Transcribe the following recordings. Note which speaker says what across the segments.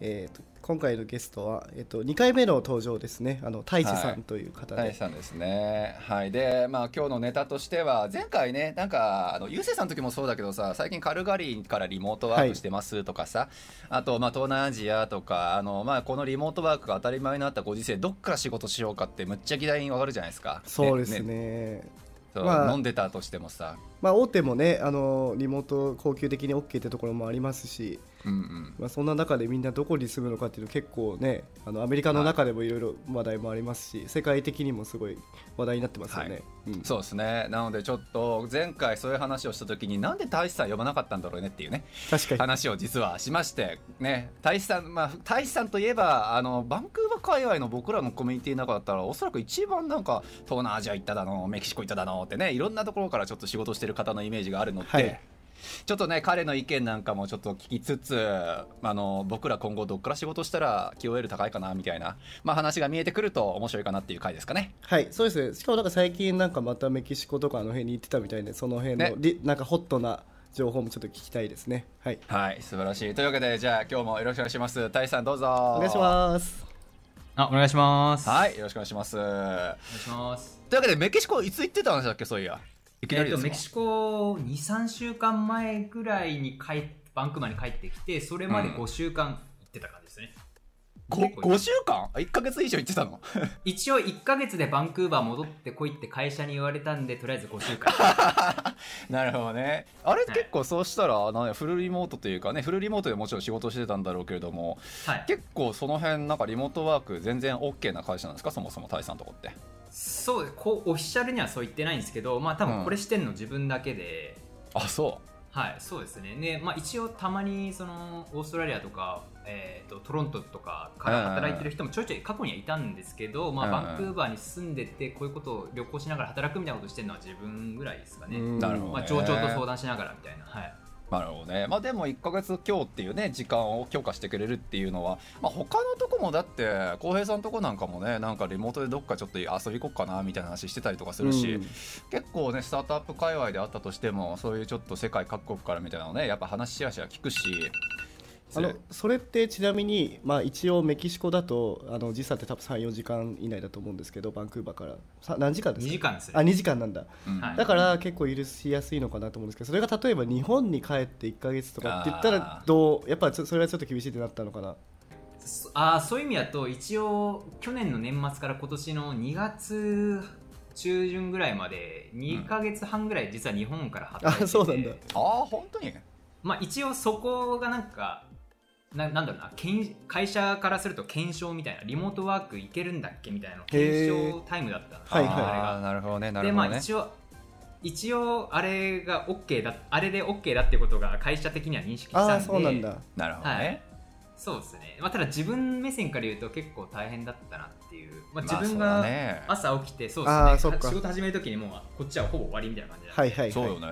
Speaker 1: えーと今回のゲストは、えっと、2回目の登場ですねあの太一さんという方で、
Speaker 2: 大地さんですね。はい。で、まあ今日のネタとしては、前回ね、なんか、あの、ゆうせいさんの時もそうだけどさ、最近カルガリーからリモートワークしてますとかさ、あと、まあ東南アジアとか、あの、まあこのリモートワークが当たり前になったご時世、どっから仕事しようかって、むっちゃ議題にわかるじゃないですか。
Speaker 1: そうですね
Speaker 2: そう
Speaker 1: まあ
Speaker 2: 飲んでたとしてもさ。
Speaker 1: まあ、大手もねあのリモート高級的に OK ってところもありますし、
Speaker 2: うんうん。
Speaker 1: まあ、そんな中でみんなどこに住むのかっていうの結構ねあのアメリカの中でもいろいろ話題もありますし、世界的にもすごい話題になってますよね、
Speaker 2: はい
Speaker 1: うん
Speaker 2: そうですね。なのでちょっと、前回そういう話をした時に、なんで大地さん呼ばなかったんだろうねっていうね。
Speaker 1: 確かに
Speaker 2: 話を実はしまして、ね、大志さん、まあ、大志さんといえば、あの、バンクーバー界隈の僕らのコミュニティの中だったら、おそらく一番なんか、東南アジア行っただの、メキシコ行っただのってね、いろんなところからちょっと仕事してる方のイメージがあるので、
Speaker 1: はい
Speaker 2: ちょっとね、彼の意見なんかもちょっと聞きつつ、あの、僕ら今後どっから仕事したら QOL 高いかな、みたいな、まあ話が見えてくると面白いかなっていう回ですかね。
Speaker 1: はいそうですねしかもなんか最近なんかまたメキシコとかあの辺に行ってたみたいでその辺の、
Speaker 2: ね
Speaker 1: りなんかホットな情報もちょっと聞きたいですねはい
Speaker 2: はい、素晴らしい。というわけで、じゃあ今日もよろしくお願いします。大志さんどうぞ。
Speaker 1: お
Speaker 2: お
Speaker 1: 願いします
Speaker 3: あ、お願いします。い。
Speaker 2: はい、よろしくお願いします。
Speaker 3: お願いします。
Speaker 2: というわけでメキシコいつ行ってた話だっけそういやいき
Speaker 3: え
Speaker 2: な
Speaker 3: っ
Speaker 2: り
Speaker 3: と、
Speaker 2: です
Speaker 3: メ
Speaker 2: か、
Speaker 3: キシコ2、3週間前ぐらいに帰っバンクーバーに帰ってきて、それまで
Speaker 2: うん
Speaker 3: 5週間行ってた感じですね。
Speaker 2: ご
Speaker 3: 結構
Speaker 2: 5, 週間あ ?1 ヶ月以上行ってたの
Speaker 3: 一応1ヶ月でバンクーバー戻ってこいって会社に言われたんで、とりあえず5週間。
Speaker 2: なるほどねあれ
Speaker 3: はい
Speaker 2: 結構そうしたらなんやフルリモートというかねフルリモートでもちろん仕事してたんだろうけれども
Speaker 3: はい。
Speaker 2: 結構その辺なんかリモートワーク全然 OK な会社なんですかそもそも大さんとこって
Speaker 3: そう、こう、オフィシャルにはそう言ってないんですけど、まあ多
Speaker 2: うん
Speaker 3: 分これしてんの自分だけで、
Speaker 2: あそう
Speaker 3: はい、そうですね。ね、まあ一応たまに、その、オーストラリアとか、えー、とトロントとかから働いてる人もちょいちょい過去にはいたんですけど、ま
Speaker 2: う
Speaker 3: あ、
Speaker 2: ん
Speaker 3: バンクーバーに住んでて、こういうことを旅行しながら働くみたいなことしてるのは自分ぐらいですかね。
Speaker 1: うん
Speaker 2: なるほど、ね
Speaker 3: まあ、上長と相談しながらみたいな。はい。
Speaker 2: なるほどね、まあ、でも1ヶ月強っていうね時間を強化してくれるっていうのは、まあ、他のとこもだって浩平さんとこなんかもねなんかリモートでどっかちょっと遊び行こっかなみたいな話してたりとかするし、
Speaker 1: うん
Speaker 2: 結構ねスタートアップ界隈であったとしてもそういうちょっと世界各国からみたいなのねやっぱ話しやしや聞くし
Speaker 1: あのそれってちなみに、まあ、一応メキシコだとあの時差って多分34時間以内だと思うんですけどバンクーバーからさ何時間で
Speaker 3: 2
Speaker 1: すか
Speaker 3: 時間です
Speaker 1: あ
Speaker 3: ね。
Speaker 1: 2時間なんだ
Speaker 2: うん
Speaker 3: はい
Speaker 1: だから結構許しやすいのかなと思うんですけどそれが例えば日本に帰って1か月とかって言った
Speaker 2: あ
Speaker 1: ら
Speaker 2: ー
Speaker 1: どうやっぱちょそれはちょっと厳しいってなったのかな
Speaker 3: そあーそういう意味だと、一応、去年の年末から今年の2月中旬ぐらいまで、2ヶ月半ぐらい実は日本から働いてて、
Speaker 1: あそうなんだ
Speaker 2: ああ本当に
Speaker 3: まあ一応そこがなんかななんだろうな検会社からすると検証みたいなリモートワークいけるんだっけみたいなの検証タイムだったの
Speaker 1: はいはい
Speaker 2: あ
Speaker 3: あ
Speaker 2: ーなるほどねな
Speaker 3: れがで
Speaker 2: る
Speaker 3: ま
Speaker 2: ほど
Speaker 3: あ
Speaker 2: ね
Speaker 3: 一応一応あれが OK だあれで OK だってことが会社的には認識したんで
Speaker 1: ああーそうなんだ
Speaker 2: なるほどね、
Speaker 3: そうですね、まあ、ただ自分目線から言うと結構大変だったなっていう、
Speaker 2: ま
Speaker 3: まあ、自
Speaker 2: あ
Speaker 3: 分
Speaker 2: そうだ
Speaker 3: が
Speaker 2: ね
Speaker 3: 朝起きてそう
Speaker 1: あー
Speaker 3: です
Speaker 1: そ
Speaker 3: ね、
Speaker 1: っか
Speaker 3: 仕事始める時にもうこっちはほぼ終わりみたいな感じだった
Speaker 1: はいはい
Speaker 2: そう
Speaker 1: はい
Speaker 2: よね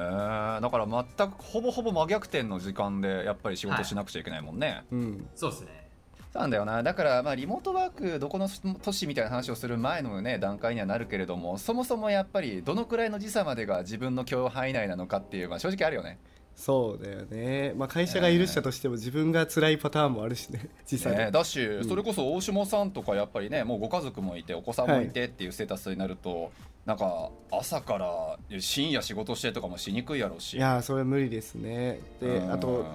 Speaker 2: だから全くほぼほぼ真逆転の時間でやっぱり仕事しなくちゃいけないもんね、
Speaker 1: うん
Speaker 3: そうですね
Speaker 2: そうなんだよなだからまあリモートワークどこの都市みたいな話をする前のね段階にはなるけれどもそもそもやっぱりどのくらいの時差までが自分の許容範囲内なのかっていう、まあ、正直あるよね
Speaker 1: そうだよね、まあ、会社が許したとしても自分が辛いパターンもあるしね時差
Speaker 2: ね
Speaker 1: で、
Speaker 2: だし、
Speaker 1: ん
Speaker 2: それこそ大下さんとかやっぱりねもうご家族もいてお子さんもいてっていうステータスになると、なんか朝から深夜仕事してとかもしにくいやろうし
Speaker 1: いやーそれは無理ですねで
Speaker 2: うん
Speaker 1: あと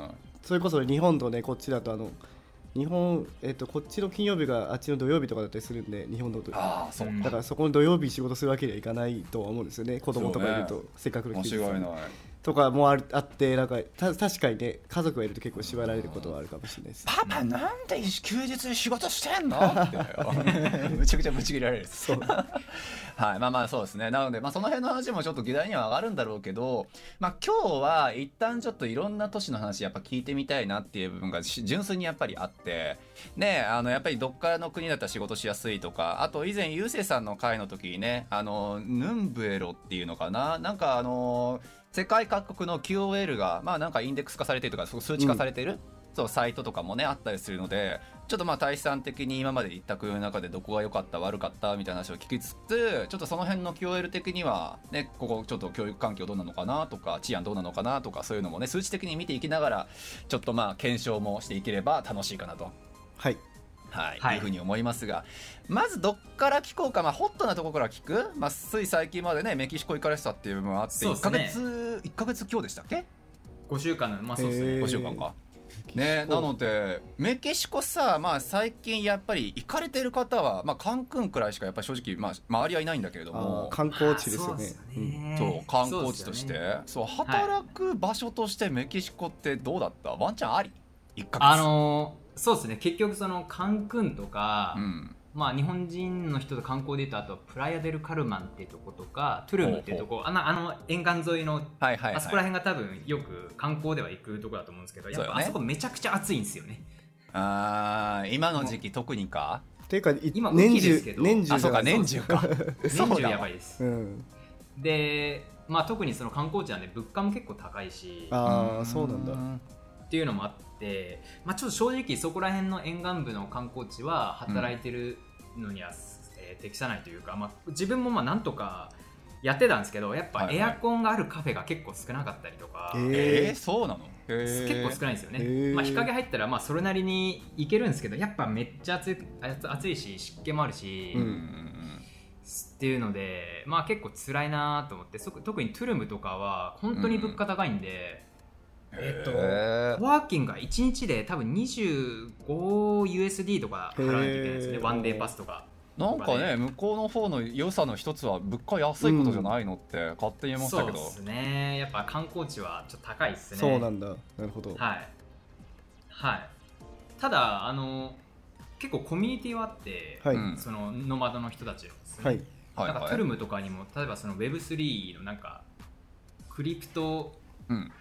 Speaker 1: それこそ日本とねこっちだとあの日本、えっとこっちの金曜日があっちの土曜日とかだったりするんで日本のと
Speaker 2: ああそうか、
Speaker 3: うん
Speaker 1: だからそこの土曜日仕事するわけにはいかないとは思うんですよね子供とかいると、
Speaker 2: そ
Speaker 1: せっかくの
Speaker 2: 間違いない
Speaker 1: いとかもあるあってなんかた確かにね家族がいると結構縛られることはあるかもしれないです
Speaker 2: パパなんで休日仕事してんのって よむちゃくちゃぶち切られるそう はいまあまあそうですねなので、まあ、その辺の話もちょっと議題には上がるんだろうけど、まあ、今日は一旦ちょっといろんな都市の話やっぱ聞いてみたいなっていう部分がし純粋にやっぱりあってねあのやっぱりどっからの国だったら仕事しやすいとかあと以前ゆうせいさんの回の時にねあのヌンブエロっていうのかななんかあの世界各国の QOL がまあなんかインデックス化されてるとかそう数値化されてる、そうサイトとかもねあったりするのでちょっとまあ大志さん的に今まで一択の中でどこが良かった悪かったみたいな話を聞きつつちょっとその辺の QOL 的にはねここちょっと教育環境どうなのかなとか治安どうなのかなとかそういうのもね数値的に見ていきながらちょっとまあ検証もしていければ楽しいかなと。
Speaker 1: はい
Speaker 2: はい、
Speaker 3: はい
Speaker 2: い、うふうに思いますがまずどっから聞こうか、まあ、ホットなところから聞く、まあ、つい最近までねメキシコ行かれてたっていう部分もあって
Speaker 3: そうっ
Speaker 2: 1
Speaker 3: す
Speaker 2: か
Speaker 3: ね
Speaker 2: 月、1ヶ月今日でしたっけ
Speaker 3: 5週間のまあそうですね
Speaker 1: へえー
Speaker 2: 5週間か。ね、なのでメキシコさ、まあ、最近やっぱり行かれてる方は、まあ、カンクンくらいしかやっぱり正直、まあ、周りはいないんだけれど
Speaker 1: あ
Speaker 2: も
Speaker 1: ー観光地ですよね
Speaker 3: あそうっすよね
Speaker 2: そう観光地として
Speaker 3: そうっすよね
Speaker 2: そう、働く場所としてメキシコってどうだったワンチャンあり一ヶ月
Speaker 3: あのーそうですね結局そのカンクンとか、
Speaker 2: うん、
Speaker 3: まあ、日本人の人と観光で言うとあとプライアデルカルマンってとことかトゥルムってとこあのあの沿岸沿いの
Speaker 2: はいはい、はい、
Speaker 3: あそこら辺が多分よく観光では行くとこだと思うんですけどやっ
Speaker 2: そう
Speaker 3: ぱ
Speaker 2: よね
Speaker 3: あそこめちゃくちゃ暑いんですよね
Speaker 2: あー今の時期特にか
Speaker 1: っていうかい
Speaker 3: 今
Speaker 1: 年
Speaker 3: 雨季です
Speaker 1: 中
Speaker 3: けど
Speaker 1: 年中
Speaker 2: あそうか
Speaker 1: じゃない
Speaker 2: 年中か
Speaker 3: 年 中やばいです
Speaker 1: うん
Speaker 3: で、まあ、特にその観光地なんで物価も結構高いし
Speaker 1: ああそうなんだ
Speaker 3: っていうのもあって、まあ、ちょっと正直そこら辺の沿岸部の観光地は働いてるのには、えー適さないというか、まあ、自分もまあなんとかやってたんですけどやっ
Speaker 2: はい
Speaker 3: ぱ
Speaker 2: はい
Speaker 3: エアコンがあるカフェが結構少なかったりとか、
Speaker 1: えー
Speaker 2: えー、そうなの、えー
Speaker 3: 結構少ないんですよね、
Speaker 1: へー
Speaker 3: まあ、日陰入ったらまあそれなりにいけるんですけどやっぱめっちゃ暑い暑暑いし湿気もあるし、
Speaker 1: う
Speaker 2: うんうんん
Speaker 3: っていうので、まあ、結構辛いなと思ってそ特にトゥルムとかは本当に物価高いんで、えっと
Speaker 2: えー
Speaker 3: ワーキングが1日で多分 25USD とか払わなきゃいけないんですよね、
Speaker 1: へー
Speaker 3: ワンデーパスとか。
Speaker 2: なんかね向こうの方の良さの一つは物価安いことじゃないのって勝手に思ってた
Speaker 3: そう
Speaker 2: け
Speaker 3: で
Speaker 2: ど、
Speaker 3: すね、やっぱ観光地はちょっと高いですね。
Speaker 1: そうなんだなるほど
Speaker 3: はい。はい。ただ、あの、結構コミュニティはあって、
Speaker 1: はい
Speaker 2: うん
Speaker 3: そのノマドの人たちのですね
Speaker 1: はい
Speaker 2: はい
Speaker 3: なんか
Speaker 2: は
Speaker 3: ト
Speaker 2: い
Speaker 3: ゥルムとかにも、例えばその Web3 のなんか、クリプト
Speaker 2: うん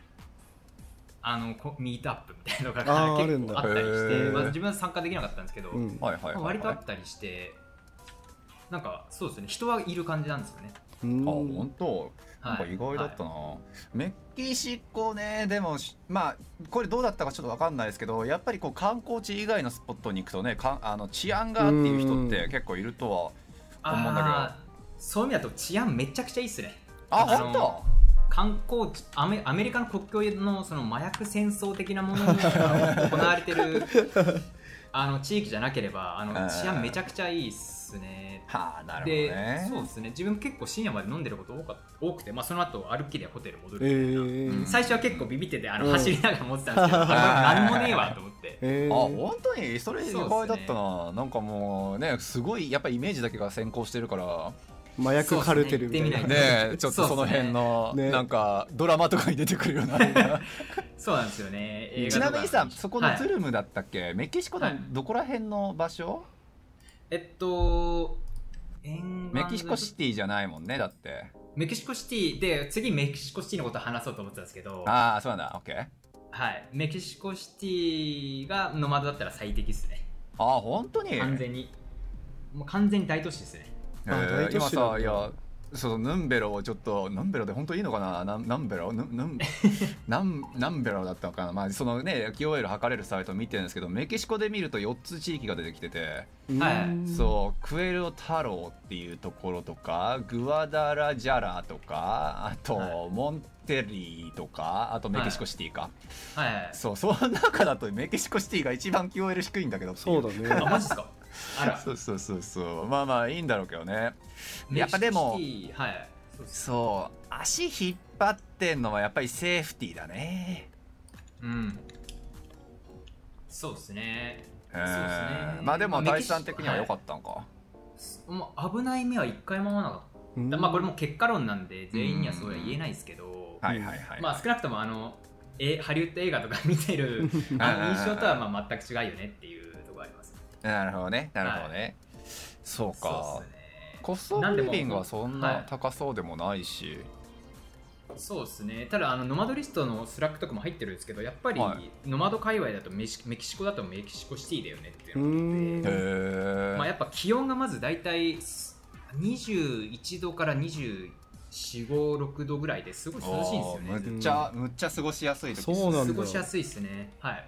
Speaker 3: あのこミートアップみたいなのが
Speaker 1: あー
Speaker 3: 結構あ
Speaker 1: あ
Speaker 3: った
Speaker 2: るんだ
Speaker 3: りし
Speaker 2: へ
Speaker 3: て、
Speaker 2: ー
Speaker 3: まあ、自分は参加できなかったんですけど、
Speaker 1: うん
Speaker 2: はいはいはい
Speaker 3: まあ
Speaker 2: はい
Speaker 3: 割とあったりして、なんかそうですね、人はいる感じなんですよね。
Speaker 1: うん
Speaker 2: あ本当
Speaker 3: は
Speaker 2: ないんか意外だった
Speaker 3: は
Speaker 2: な、メキシコねでもしまあこれどうだったかちょっと分かんないですけどやっぱりこう観光地以外のスポットに行くとねかあの治安がっていう人って結構いるとはい思うんだけど
Speaker 3: あーそういう意味だと治安めちゃくちゃいいっすね。
Speaker 2: あ
Speaker 3: あの
Speaker 2: 本当
Speaker 3: 観光地アメアメリカの国境のその麻薬戦争的なものが行われ てるあの地域じゃなければあの
Speaker 2: あー
Speaker 3: 治安めちゃくちゃいいっすね
Speaker 2: はあなるほど
Speaker 3: で、
Speaker 2: ね
Speaker 3: そうですね自分結構深夜まで飲んでること多か多くて、まあ、その後歩きでホテル戻る
Speaker 1: え
Speaker 3: みたい
Speaker 1: ー
Speaker 3: な、最初は結構ビビっててあの、
Speaker 1: うん
Speaker 3: 走りながら持ってたんです けど
Speaker 2: いはい
Speaker 3: 何もねえわと思って
Speaker 1: えー
Speaker 2: あ本当にそれ意外だったな、
Speaker 3: そ
Speaker 2: なんかもうねすごいやっぱりイメージだけが先行してるから
Speaker 1: 麻薬カルテルみたいな
Speaker 3: そうです
Speaker 2: ねえちょっとその辺の、
Speaker 1: そうっすねね
Speaker 2: なんかドラマとかに出てくるような
Speaker 3: そうなんですよね映 画
Speaker 2: ち
Speaker 3: とか
Speaker 2: なみにさそこのトゥ
Speaker 3: はい
Speaker 2: ルムだったっけ、メキシコのどこら辺の場所、
Speaker 3: えっと沿岸
Speaker 2: メキシコシティじゃないもんねだって
Speaker 3: メキシコシティで次メキシコシティのこと話そうと思ってたんですけど、は
Speaker 2: ああそうなんだオッケー
Speaker 3: い、メキシコシティがノマドだったら最適ですね
Speaker 2: ああ本当に
Speaker 3: 完全にもう完全に大都市ですね
Speaker 2: えー
Speaker 1: あ大都
Speaker 2: 今
Speaker 1: 市なん
Speaker 2: さ
Speaker 1: だ
Speaker 2: いやそうヌンベロをちょっとヌンベロで本当いいのかななんなんベロヌンヌ ンなんなんベロだったのかなまあそのね QOL 測れるサイト見てるんですけどメキシコで見ると4つ地域が出てきてて、
Speaker 3: はい
Speaker 2: そうクエルオタローっていうところとかグアダラジャラとかあと、
Speaker 3: はい
Speaker 2: モンテリーとかあとメキシコシティか、
Speaker 3: はいはい
Speaker 2: そうその中だとメキシコシティが一番 QOL 低いんだけどってい
Speaker 1: そうだ
Speaker 3: あ
Speaker 1: ね
Speaker 3: マジっすかあ ら
Speaker 2: そうそうそうそうまあまあいいんだろうけどねやっぱでも
Speaker 3: メキシコシティはいそうです
Speaker 2: そう足引っ張ってんのはやっぱりセーフティーだね
Speaker 3: うんそうですね
Speaker 2: うん
Speaker 3: ですね
Speaker 2: まあでも
Speaker 3: まあ
Speaker 2: 大志さん的には良かったのか、
Speaker 3: もう危ない目は一回も合わなかっ
Speaker 1: うん
Speaker 3: だまあこれも結果論なんで全員にはそうは言えないですけど、
Speaker 2: はいはいはい。
Speaker 3: まあ少なくともあのえハリウッド映画とか見てるあの印象とはまあ全く違うよねっていうところあります
Speaker 2: なるほどね、なるほどね。そうか
Speaker 3: そう。ですね
Speaker 2: コスト
Speaker 3: なん
Speaker 2: ビ
Speaker 3: で
Speaker 2: ー
Speaker 3: も
Speaker 2: ビングはそんな
Speaker 3: はい
Speaker 2: 高そうでもないし、
Speaker 3: そうですねただあのノマドリストのスラックとかも入ってるんですけどやっぱり
Speaker 2: は
Speaker 3: ノマド界隈だとメシメキシコだとメキシコシティだよねっていう
Speaker 1: うん
Speaker 3: の
Speaker 2: へえ、
Speaker 1: へ
Speaker 3: まあ、やっぱ気温がまず大体す21度から24、6度ぐらいですごい涼しいんですよ
Speaker 2: あ
Speaker 3: ね
Speaker 2: ー。むっちゃ、むっちゃ過ごしやすい時
Speaker 1: そうなんだ
Speaker 3: 過ごしやすいですね。はい。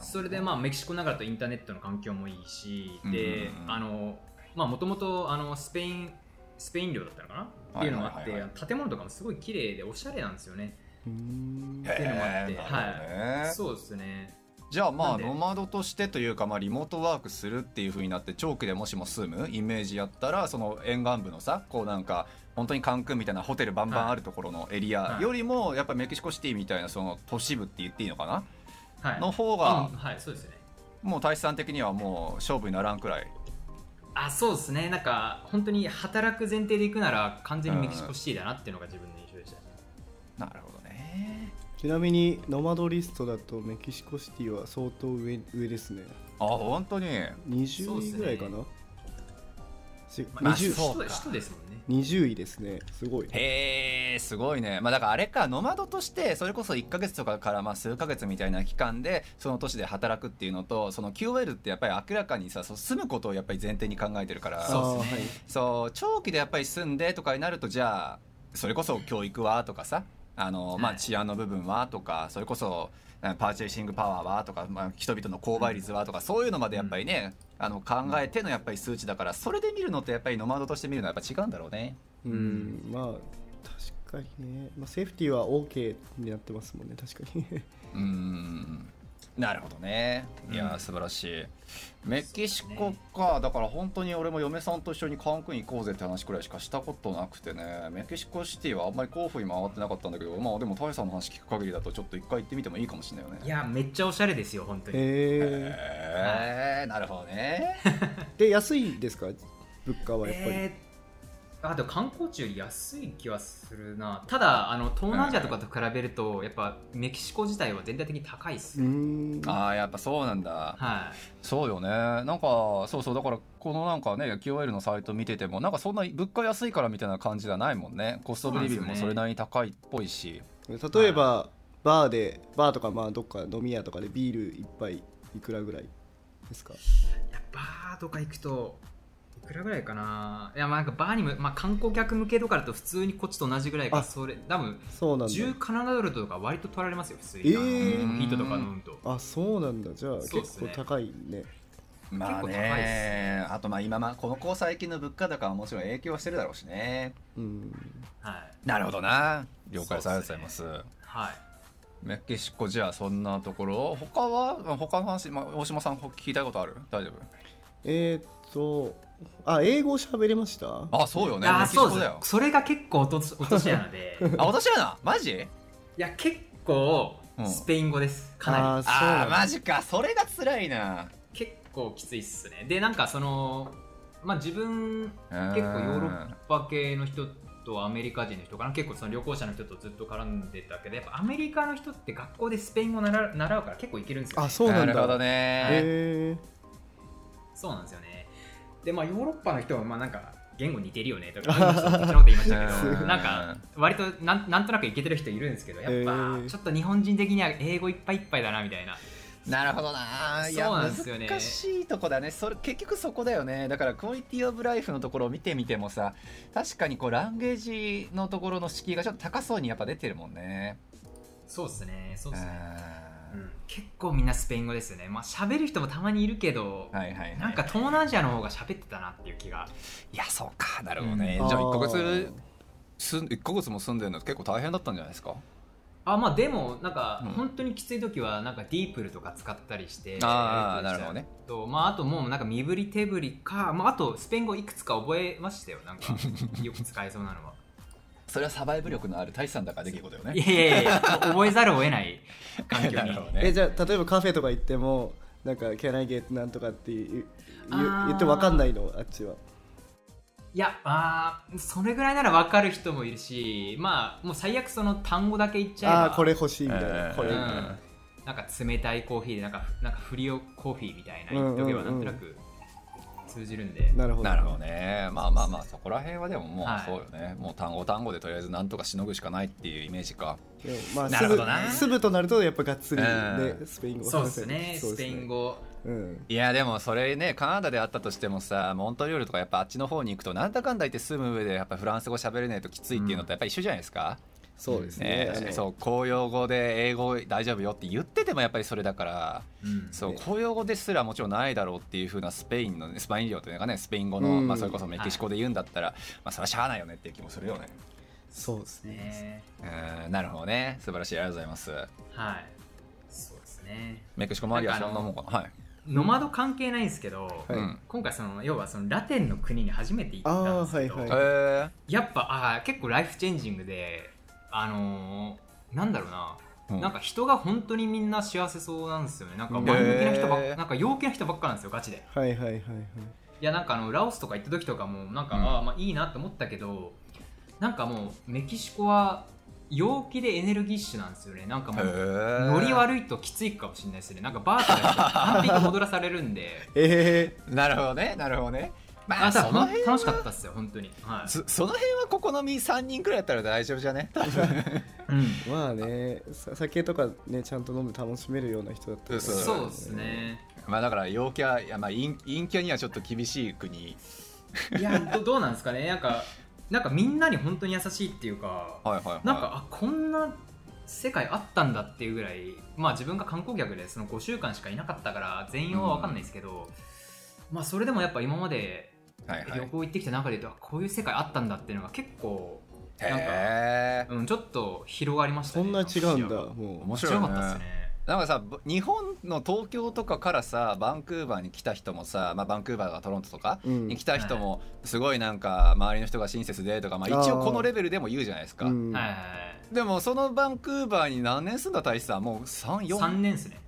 Speaker 3: それでまあメキシコながらとインターネットの環境もいいし、で
Speaker 2: うんうんう、ん
Speaker 3: あの、まあもともとあのスペイン、スペイン領だったのかなっていうのもあ
Speaker 2: は
Speaker 3: っ
Speaker 2: いはいはい
Speaker 3: て、建物とかもすごい綺麗でおしゃれなんですよね。
Speaker 1: うん
Speaker 2: あ、
Speaker 3: ていうのもあって
Speaker 2: へーなるほどね
Speaker 3: そうですね。
Speaker 2: じゃあま
Speaker 3: な
Speaker 2: あ
Speaker 3: んで
Speaker 2: ノマドとしてというかまあリモートワークするっていう風になって長期でもしも住むイメージやったらその沿岸部のさこうなんか本当にカンクンみたいなホテルバンバンあるところのエリア
Speaker 3: はい
Speaker 2: よりもやっぱメキシコシティみたいなその都市部って言っていいのかな
Speaker 3: はい。
Speaker 2: の方
Speaker 3: あ
Speaker 2: が
Speaker 3: はい、そうですね。
Speaker 2: もう大志さん的にはもう勝負にならんくらい
Speaker 3: あそうですねなんか本当に働く前提で行くなら完全にメキシコシティだなっていうのが自分の印象でしたね、
Speaker 2: なるほどね
Speaker 1: ちなみにノマドリストだとメキシコシティは相当上上ですね
Speaker 2: あ本当に
Speaker 3: そうっ
Speaker 1: 20位
Speaker 3: すね
Speaker 1: ぐらいかな、し
Speaker 3: ま
Speaker 1: 20,
Speaker 3: あ、首
Speaker 2: そう
Speaker 3: 都
Speaker 2: か
Speaker 3: 首都ですもんね
Speaker 1: 20位ですねすごい
Speaker 2: へえすごいねまあだからあれかノマドとしてそれこそ1ヶ月とかからまあ数ヶ月みたいな期間でその都市で働くっていうのとその QL ってやっぱり明らかにさそう住むことをやっぱり前提に考えてるから
Speaker 3: そうっ
Speaker 1: あ
Speaker 3: すね
Speaker 1: ーはい
Speaker 2: そう長期でやっぱり住んでとかになるとじゃあそれこそ教育はとかさあの、まあ、
Speaker 3: はい
Speaker 2: 治安の部分はとかそれこそあパーチェイシングパワーはとか、まあ、人々の購買率はとかそういうのまでやっぱりね、あの考えてのやっぱり数値だからそれで見るのとやっぱりノマドとして見るのはやっぱ違うんだろうね。
Speaker 1: うんまあ確かにね、まあ、セーフティーは OK になってますもんね確かに
Speaker 2: うーんなるほどねいやー
Speaker 3: うん
Speaker 2: 素晴らしい、メキシコか、だから本当に俺も嫁さんと一緒にカンクン行こうぜって話くらいしかしたことなくてねメキシコシティはあんまり候補に回ってなかったんだけどまあでもタイさんの話聞く限りだとちょっと一回行ってみてもいいかもしれないよね
Speaker 3: いやめっちゃおしゃれですよ本当に、
Speaker 1: へえ
Speaker 2: へえなるほど ね
Speaker 1: で安いですか物価はやっぱり、
Speaker 3: えーあでも観光地より安い気はするなただあの東南アジアとかと比べると、やっぱメキシコ自体は全体的に高いっす、
Speaker 1: うーん
Speaker 2: ああやっぱそうなんだ
Speaker 3: はい
Speaker 2: そうよねなんかそうそうだからこのなんかね QOL のサイト見ててもなんかそんな物価安いからみたいな感じじゃないもんねコストブリビングもそれなりに高いっぽいし
Speaker 1: 例えばバーでバーとかまあどっか飲み屋とかでビール一杯いくらぐらいですか
Speaker 3: いやバーとか行くといくらぐらいかないやまあなんかバーにも、まあ、観光客向けとかだと普通にこっちと同じぐらいか
Speaker 1: あ
Speaker 3: それ多分
Speaker 1: そうなんだ
Speaker 3: 10カナダドルとか割と取られますよ普通に、
Speaker 1: えー
Speaker 3: あのヒートとか飲むと
Speaker 1: あそうなんだじゃあ
Speaker 3: そうっ
Speaker 1: 結
Speaker 3: すね
Speaker 1: 構高いね
Speaker 2: まあ
Speaker 3: 結構高いっす
Speaker 2: ねあとまあ今まこの交際金の物価高はもちろん影響してるだろうしね
Speaker 1: うん
Speaker 3: はい、
Speaker 2: なるほどな了解ですあ
Speaker 3: そ
Speaker 2: り
Speaker 3: う
Speaker 2: が
Speaker 3: っす
Speaker 2: とうご
Speaker 3: ね
Speaker 2: ざいます
Speaker 3: はい、
Speaker 2: メキシコじゃあそんなところ他はまあ他の話、まあ、大島さん聞きたいことある大丈
Speaker 1: えー、っとあ英語喋れました
Speaker 2: 夫あそうよねメ
Speaker 3: あ
Speaker 2: キ
Speaker 3: ー
Speaker 2: シ
Speaker 3: そ
Speaker 2: コ
Speaker 3: うです
Speaker 2: だ
Speaker 3: ね
Speaker 2: よ
Speaker 3: それが結構落とす落とし穴で
Speaker 2: あ私やなマジ
Speaker 3: いや結構
Speaker 2: うん
Speaker 3: スペイン語ですか
Speaker 1: あ
Speaker 3: な
Speaker 1: ー
Speaker 3: り
Speaker 1: そう
Speaker 2: あ
Speaker 1: なん
Speaker 2: ー
Speaker 1: だ
Speaker 2: マジかそれが辛いな
Speaker 3: 結構きついっすねでなんかそのまあ自分結構ヨーロッパ系の人とアメリカ人の人かな結構その旅行者の人とずっと絡んでたけどやっぱアメリカの人って学校でスペイン語習う習うから結構いけるんですよ、ね、
Speaker 1: あそうなんだ
Speaker 2: るほどね、
Speaker 1: へ
Speaker 3: そうなんですよねでまあヨーロッパの人はまあなんか言語似てるよねとか こっちのこと言い ましたけ
Speaker 2: うん
Speaker 3: どなんか割となんなんとなくいけてる人いるんですけどやっ
Speaker 1: え
Speaker 3: ぱ
Speaker 1: ー
Speaker 3: ちょっと日本人的には英語いっぱいいっぱいだなみたいな
Speaker 2: なるほどな
Speaker 3: そう
Speaker 2: いや
Speaker 3: なんですよね
Speaker 2: 難しいとこだねそれ結局そこだよねだからクオリティオブライフのところを見てみてもさ確かにこうランゲージのところの敷居がちょっと高そうにやっぱ出てるもんね
Speaker 3: そうですねそう
Speaker 2: う
Speaker 3: で
Speaker 2: ん
Speaker 3: すねうん結構みんなスペイン語ですよねまあ喋る人もたまにいるけど、
Speaker 2: はいはいはい
Speaker 3: なんか東南アジアの方が喋ってたなっていう気が
Speaker 2: いやそうかなるほどね、
Speaker 1: うん
Speaker 2: じゃあ
Speaker 1: あー
Speaker 2: 1ヶ月すん一ヶ月も住んでるの結構大変だったんじゃないですか
Speaker 3: あまあでもなんか
Speaker 2: うん
Speaker 3: 本当にきつい時はなんかディープルとか使ったりして
Speaker 2: あー
Speaker 3: やり取り
Speaker 2: な
Speaker 3: し
Speaker 2: るほ
Speaker 3: た
Speaker 2: どね
Speaker 3: とまああともうなんか身振り手振りか、まあ、あとスペイン語いくつか覚えましたよな んかよく使えそうなのは
Speaker 2: それはサバイブ力のある大志さんだからできることよ
Speaker 3: い
Speaker 2: ね
Speaker 3: やいやいや覚えざるを得ない環境
Speaker 2: な
Speaker 3: に
Speaker 2: るほど
Speaker 1: ええ
Speaker 2: ね
Speaker 1: じゃあ例えばカフェとか行ってもなんか「Can I get なんとか」って言う言う
Speaker 3: あー
Speaker 1: 言って分かんないのあっちは
Speaker 3: いやあーそれぐらいなら分かる人もいるしまあもう最悪その単語だけ言っちゃえ
Speaker 1: ああ
Speaker 3: ば
Speaker 1: これ欲しいみたいな、
Speaker 2: えー
Speaker 1: こ
Speaker 3: う
Speaker 1: れ、
Speaker 3: ん、なんか冷たいコーヒーでなんかなんかフリオコーヒーみたいな言っとけば
Speaker 1: うん
Speaker 3: な
Speaker 1: うん
Speaker 3: ん
Speaker 1: うん
Speaker 3: となく通じるんで、
Speaker 1: なるほど
Speaker 2: なるほどねまあまあまあそこら辺はでももう
Speaker 3: はい
Speaker 2: そうよね、もう単語単語でとりあえずなんとかしのぐしかないっていうイメージか
Speaker 1: でもまあ
Speaker 2: な
Speaker 1: す
Speaker 2: るほ
Speaker 1: ぐ
Speaker 2: どな
Speaker 1: すぐとなるとやっぱがっつりね、
Speaker 2: うん
Speaker 1: スペイン語
Speaker 3: そうですね
Speaker 1: そう
Speaker 3: スペ
Speaker 1: です
Speaker 3: イン語
Speaker 1: うん
Speaker 2: いやでもそれねカナダであったとしてもさモントリオールとかやっぱあっちの方に行くとなんだかんだ言って住む上でやっぱフランス語喋れないときついっていうのとやっぱ一緒じゃないですか、
Speaker 1: そうですね
Speaker 2: ね
Speaker 1: あの
Speaker 2: そう公用語で英語大丈夫よって言っててもやっぱりそれだから
Speaker 3: うん
Speaker 2: そう
Speaker 1: ね
Speaker 2: 公用語ですらもちろんないだろうっていう風なスペインのねスパイン領というかねスペイン語の、
Speaker 1: うん
Speaker 2: まあ、それこそメキシコで言うんだったら、まあそれはしゃあないよねっていう気もするよね。
Speaker 1: そうですね
Speaker 3: ね
Speaker 2: うんなるほどね素晴らしいありがとうございます。
Speaker 3: はいそうですね
Speaker 2: メキシコ周りは
Speaker 3: なんか
Speaker 2: そ
Speaker 3: あ
Speaker 2: ん
Speaker 3: の
Speaker 2: なもんかな。はい。
Speaker 3: ノマド関係ないんですけど、
Speaker 1: はい
Speaker 2: うん
Speaker 3: 今回その要はそのラテンの国に初めて行ったんですけど、
Speaker 1: あーはいはい
Speaker 2: え
Speaker 3: やっぱあー結構ライフチェンジングであのーなんだろうな、
Speaker 2: ー、
Speaker 3: なんか人が本当にみんな幸せそうなんですよねなんか
Speaker 1: うん
Speaker 3: 前向きな人ばっ、
Speaker 2: へー
Speaker 3: なんか陽気な人ばっかなんですよガチで
Speaker 1: はいはいはいはい
Speaker 3: いやなんかあのラオスとか行った時とかもなんか、
Speaker 2: うん
Speaker 3: ああまあいいなと思ったけどなんかもうメキシコは陽気でエネルギッシュなんですよねなんかもうノリ
Speaker 2: い
Speaker 3: 悪いときついかもしれないですねなんかバーとかで完璧に踊らされるんで
Speaker 1: え
Speaker 2: なるほどねなるほどね。ま
Speaker 3: あ
Speaker 2: あ
Speaker 3: だ
Speaker 2: その
Speaker 3: からほん
Speaker 2: 辺
Speaker 3: 楽しかったっすよ本当にはい、
Speaker 2: そその辺はここのみ3人くらいだったら大丈夫じ ゃね多分
Speaker 3: うん
Speaker 1: ー、まあねさ酒とかねちゃんと飲んで楽しめるような人だったら
Speaker 2: そう
Speaker 3: そうですね
Speaker 2: まあだから陽キャいや、まあ、陰陰キャにはちょっと厳しい国
Speaker 3: いやどどうなんですかねなんかなんかみんなに本当に優しいっていうか
Speaker 2: はいはいはい
Speaker 3: なんかあこんな世界あったんだっていうぐらいまあ自分が観光客でその5週間しかいなかったから全容は分かんないですけど、まあそれでもやっぱ今まで
Speaker 2: はいは
Speaker 3: 旅
Speaker 2: い
Speaker 3: 行行ってきた中で言うと、あこういう世界あったんだっていうのが結構、なんか
Speaker 2: へえ
Speaker 3: うん、ちょっと広がりました
Speaker 1: そ
Speaker 3: ね
Speaker 1: んな違うんだ
Speaker 3: なんか
Speaker 1: も
Speaker 2: 面
Speaker 3: 視
Speaker 2: 白
Speaker 3: 野
Speaker 2: いね
Speaker 3: が強かったですね
Speaker 2: なんかさ日本の東京とかからさバンクーバーに来た人もさ、まあ、バンクーバーがトロントとか
Speaker 1: う、うん
Speaker 2: に来た人もすごいなんか周りの人が親切でとか、まあ、一応このレベルでも言うじゃないですか、
Speaker 1: うん
Speaker 3: はいはい
Speaker 2: でもそのバンクーバーに何年住んだ大使さんもう
Speaker 3: はい、3
Speaker 2: 343
Speaker 3: 年ですね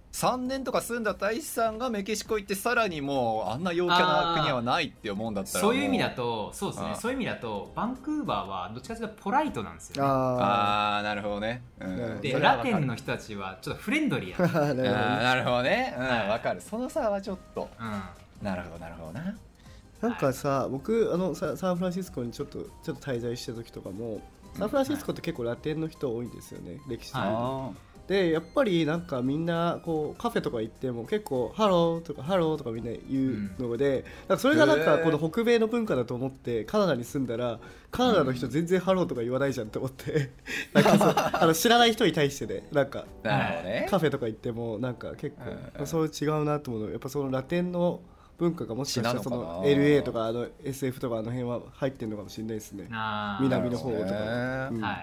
Speaker 2: 年とか住んだ大使さんがメキシコ行ってさらにもうあんな陽キャな国はないって思うんだったら
Speaker 3: そういう意味だ
Speaker 2: と
Speaker 3: とそうです
Speaker 2: あ
Speaker 3: ね
Speaker 2: ー
Speaker 3: そういう意味だとバンクーバーはどっちかというとポライトなんですよね、
Speaker 1: あ
Speaker 2: ああなるほどね、うん、
Speaker 3: で
Speaker 2: それは
Speaker 3: ラ
Speaker 2: わか
Speaker 3: テ
Speaker 2: る
Speaker 3: ンの人たちはちょっとフレンドリー
Speaker 1: あ
Speaker 3: な
Speaker 1: なるほど
Speaker 2: あー
Speaker 1: ね
Speaker 2: なるほどねうん
Speaker 3: はい
Speaker 2: わかるその差はちょっと
Speaker 3: うん
Speaker 2: なるほどなるほどな
Speaker 1: なんかさ僕あのさサンフランシスコにちょっとちょっと滞在した時とかもサンフランシスコって結構ラテンの人多いんですよね歴史的に、
Speaker 2: あ
Speaker 1: でやっぱりなんかみんなこうカフェとか行っても結構「ハロー」とか「ハロー」とかみんな言うので、なんかそれがなん
Speaker 2: へ
Speaker 1: か
Speaker 2: ー
Speaker 1: この北米の文化だと思ってカナダに住んだらカナダの人全然「ハロー」とか言わないじゃんと 思って、なんかそうあの知らない人に対してねなんか
Speaker 2: ーなるほどね
Speaker 1: カフェとか行ってもなんか結
Speaker 2: うんう
Speaker 1: 構
Speaker 2: ん
Speaker 1: そう違うなと思うのやっぱそのラテンの文化がもしかしたら
Speaker 2: 血
Speaker 1: そ
Speaker 2: なのかな
Speaker 1: の LA とかあの SF とかあの辺は入ってるのかもしれないですね。
Speaker 3: あー
Speaker 1: 南の方
Speaker 2: なる
Speaker 1: と
Speaker 2: ほ
Speaker 1: か
Speaker 2: どね
Speaker 1: うん
Speaker 3: はいは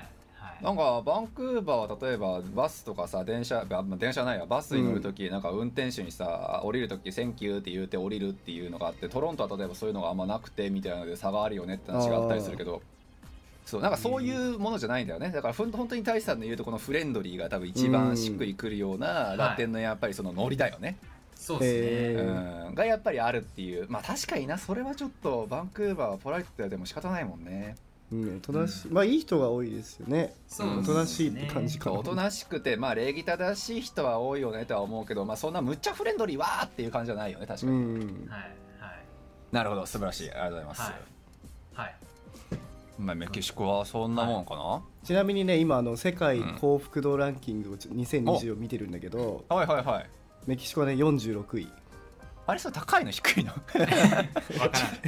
Speaker 3: い
Speaker 2: なんかバンクーバーは例えばバスとかさ電車あまあ電車ないやバスに乗るとき、なんか運転手にさ降りるとき「センキュー」って言うて降りるっていうのがあってトロントは例えばそういうのがあんまなくてみたいなので差があるよねって話があったりするけどそうなんかそういうものじゃないんだよねだからふん本当に大志さんの言うとこのフレンドリーが多分一番しっくりくるようなラテンのやっぱりそのノリだよね、
Speaker 3: そうです
Speaker 1: え
Speaker 3: ね、
Speaker 2: うん、がやっぱりあるっていうまあ確かになそれはちょっとバンクーバーはポライトでも仕方ないもんね
Speaker 1: うん、おとなしい、まあいい人が多いですよね。
Speaker 3: そう
Speaker 1: お
Speaker 2: ですね
Speaker 1: となしいって感じかな。
Speaker 2: おとなしくてまあ礼儀正しい人は多いよねとは思うけどまあそんなむっちゃフレンドリーわーっていう感じじゃないよね確か
Speaker 1: う
Speaker 2: に、
Speaker 1: ん。
Speaker 3: はいはい
Speaker 2: なるほど素晴らしいありがとうございます、
Speaker 3: はいはい
Speaker 2: まあ、メキシコはそんなもんかな、は
Speaker 1: ちなみにね今あの世界幸福度ランキングをちょ2020を見てるんだけど、
Speaker 2: い、はいはいはい
Speaker 1: メキシコはね46位
Speaker 2: あれそれ高いの低いの
Speaker 3: わからない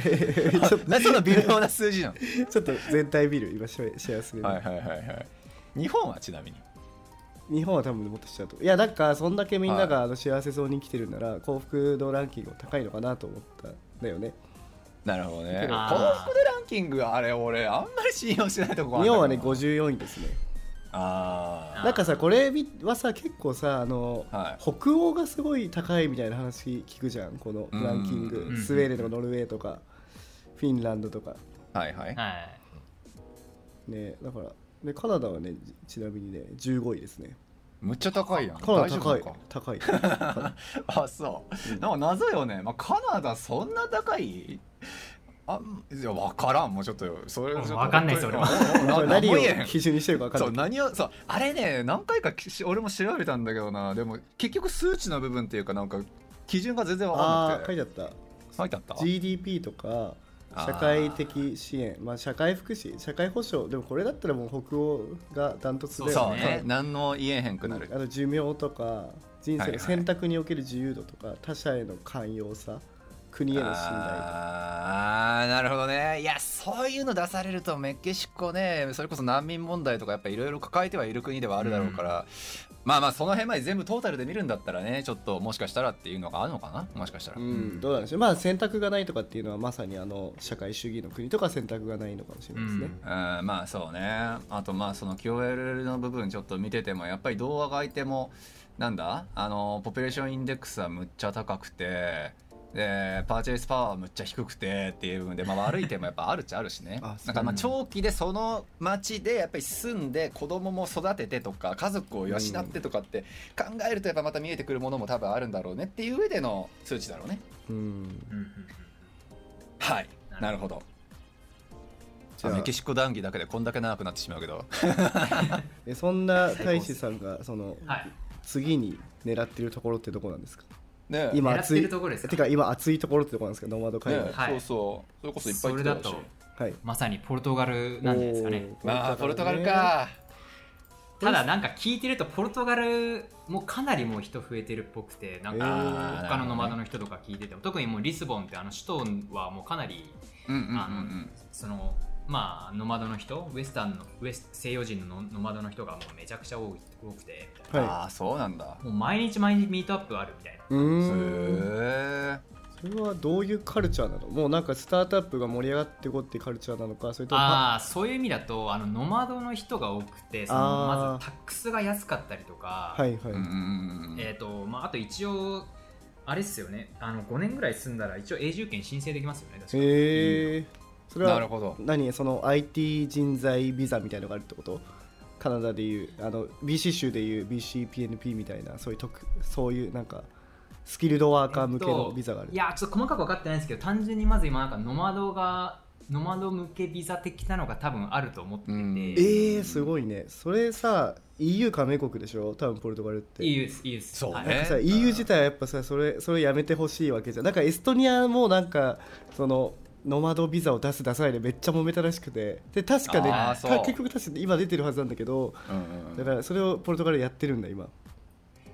Speaker 1: ちょっと
Speaker 2: なその微妙な数字なの
Speaker 1: ちょっと全体見る今シェシェアするね、
Speaker 2: はいはいはいはい日本はちなみに
Speaker 1: 日本は多分もっとしちゃうといやなんかそんだけみんながあの幸せそうに生きてるなら幸福度ランキングも高いのかなと思ったんだよね
Speaker 2: なるほどね幸
Speaker 3: あー
Speaker 2: 福でランキングはあれ俺あんまり信用してないとこあるん
Speaker 1: 日
Speaker 2: だけ
Speaker 1: 本
Speaker 2: ど
Speaker 1: はね54位ですね
Speaker 2: あ
Speaker 1: なんかさこれはさ結構さあの、
Speaker 2: はい
Speaker 1: 北欧がすごい高いみたいな話聞くじゃんこのランキン
Speaker 2: うん
Speaker 3: うん
Speaker 1: グ
Speaker 3: うん
Speaker 1: スウェーデンとかノルウェーとかフィンランドとか
Speaker 2: あはいはい
Speaker 3: はい
Speaker 1: ねだからねカナダはねちちなみにね15位ですね
Speaker 2: むっちゃ高いやん
Speaker 1: カナダ
Speaker 2: 大丈
Speaker 1: 高
Speaker 2: 夫
Speaker 1: い
Speaker 2: か
Speaker 1: 高い
Speaker 2: あそう、なんか謎よね、まあ、カナダそんな高いあいや分からんもうちょっとそれ
Speaker 3: うん
Speaker 2: ちょっと
Speaker 3: わかんないです俺は
Speaker 2: うんな
Speaker 1: 何
Speaker 2: も
Speaker 1: を
Speaker 2: 言えん
Speaker 1: 基準にしてるか分かん
Speaker 2: そ
Speaker 1: な
Speaker 2: う
Speaker 1: い
Speaker 2: 何をそうあれね何回かきし俺も調べたんだけどなでも結局数値の部分っていうかなんか基準が全然分かん
Speaker 1: あ
Speaker 2: な
Speaker 1: あ
Speaker 2: く
Speaker 1: 書い
Speaker 2: て
Speaker 1: てあった
Speaker 2: 書いてあった
Speaker 1: GDP とか
Speaker 2: あー
Speaker 1: 社会的支援まあ、社会福祉社会保障でもこれだったらもう北欧がダントツで
Speaker 2: そう
Speaker 3: だよ
Speaker 2: ね
Speaker 3: ね
Speaker 2: 何も言えへんくなる
Speaker 1: あと寿命とか人
Speaker 2: はいは
Speaker 1: 生
Speaker 2: い
Speaker 1: の選択における自由度とか、他者への寛容さ国への信頼
Speaker 2: あーなるほどねいやそういうの出されるとメキシコねそれこそ難民問題とかやっぱいろいろ抱えてはいる国ではあるだろうから、まあまあその辺まで全部トータルで見るんだったらねちょっともしかしたらっていうのがあるのかなもしかしたら、
Speaker 1: うん、どうなんでしょうまあ選択がないとかっていうのはまさにあの社会主義の国とか選択がないのかもしれないですね、
Speaker 2: うんまあそうねあとまあその QOL の部分ちょっと見ててもやっぱり童話がいてもなんだあのポピュレーションインデックスはむっちゃ高くてでパーチェイスパワーはむっちゃ低くてっていう部分で、まあ、悪い点もやっぱあるっちゃあるしね
Speaker 1: あそう
Speaker 2: なんかまあ長期でその町でやっぱり住んで子供も育ててとか家族を養ってとかって考えるとやっぱまた見えてくるものも多分あるんだろうねっていう上での数値だろうね
Speaker 1: うん、
Speaker 3: うんうんうん
Speaker 2: はい
Speaker 3: なるほど
Speaker 2: なるほど
Speaker 1: じゃあ
Speaker 2: メキシコ談義だけでこんだけ長くなってしまうけど
Speaker 1: えそんな大志さんがその
Speaker 3: はい
Speaker 1: 次に狙ってるところってどこなんですか
Speaker 2: ね
Speaker 1: 今
Speaker 3: 狙って
Speaker 1: 暑
Speaker 3: る
Speaker 1: い
Speaker 3: ところですか
Speaker 1: てか今暑いところってところなんですけどノマド海
Speaker 2: ね
Speaker 1: 外、
Speaker 3: はい
Speaker 2: そうそうそれこそいっぱい
Speaker 3: そ
Speaker 2: 来
Speaker 3: れ
Speaker 2: て
Speaker 3: だ
Speaker 2: ほしい
Speaker 3: と
Speaker 1: はい
Speaker 3: まさにポルトガルなんじゃないですかね
Speaker 1: おー
Speaker 2: まあポルトガル
Speaker 1: ね
Speaker 2: か
Speaker 3: ただなんか聞いてるとポルトガルもかなりもう人増えてるっぽくてなんか
Speaker 1: え
Speaker 2: ー
Speaker 3: 他のノマドの人とか聞いてても特にもうリスボンってあの首都はもうかなり
Speaker 2: うんうんうんう
Speaker 3: あの
Speaker 2: ん
Speaker 3: そのまあノマドの人ウエスタンのウエス西洋人のノマドの人がもうめちゃくちゃ多い多くて
Speaker 2: あ
Speaker 1: は、
Speaker 2: あそうなんだ
Speaker 3: もう毎日毎日ミートアップあるみたいない
Speaker 1: う
Speaker 2: へ
Speaker 1: ーん
Speaker 2: え
Speaker 1: それはどういうカルチャーなのもうなんかスタートアップが盛り上がってこっていうカルチャーなのかそれとも
Speaker 3: ああそういう意味だとあのノマドの人が多くてその
Speaker 1: あー
Speaker 3: まずタックスが安かったりとか、
Speaker 1: はいは
Speaker 2: う
Speaker 1: い、
Speaker 2: んうんうんうん
Speaker 3: えーとまあ、あと一応あれっすよねあの5年ぐらい住んだら一応永住権申請できますよね確か
Speaker 1: へえそれ
Speaker 2: なる
Speaker 1: は
Speaker 2: ほど
Speaker 1: 何その IT 人材ビザみたいのがあるってことカナダでいうあの BC 州でいう BCPNP みたいなそういう特そういうなんかスキルドワーカー向けのビザがある、
Speaker 3: いやちょっと細かく分かってないんですけど単純にまず今なんかノマドがノマド向けビザ的なのが多分あると思ってて、
Speaker 2: うん
Speaker 1: えー、すごいねそれさ EU 加盟国でしょ多分ポルトガルって
Speaker 3: いいですいいです
Speaker 2: そう
Speaker 3: はい
Speaker 2: ね
Speaker 1: さ
Speaker 2: うん
Speaker 1: EU 自体はやっぱさそれそれやめてほしいわけじゃんなんかエストニアもなんかそのノマドビザを出す出さないでめっちゃ揉めたらしくてで確かね
Speaker 2: あー
Speaker 1: か
Speaker 2: そう
Speaker 1: 結局確か今出てるはずなんだけど
Speaker 2: うんうんう
Speaker 1: だ
Speaker 2: ん
Speaker 1: からそれをポルトガルやってるんだ今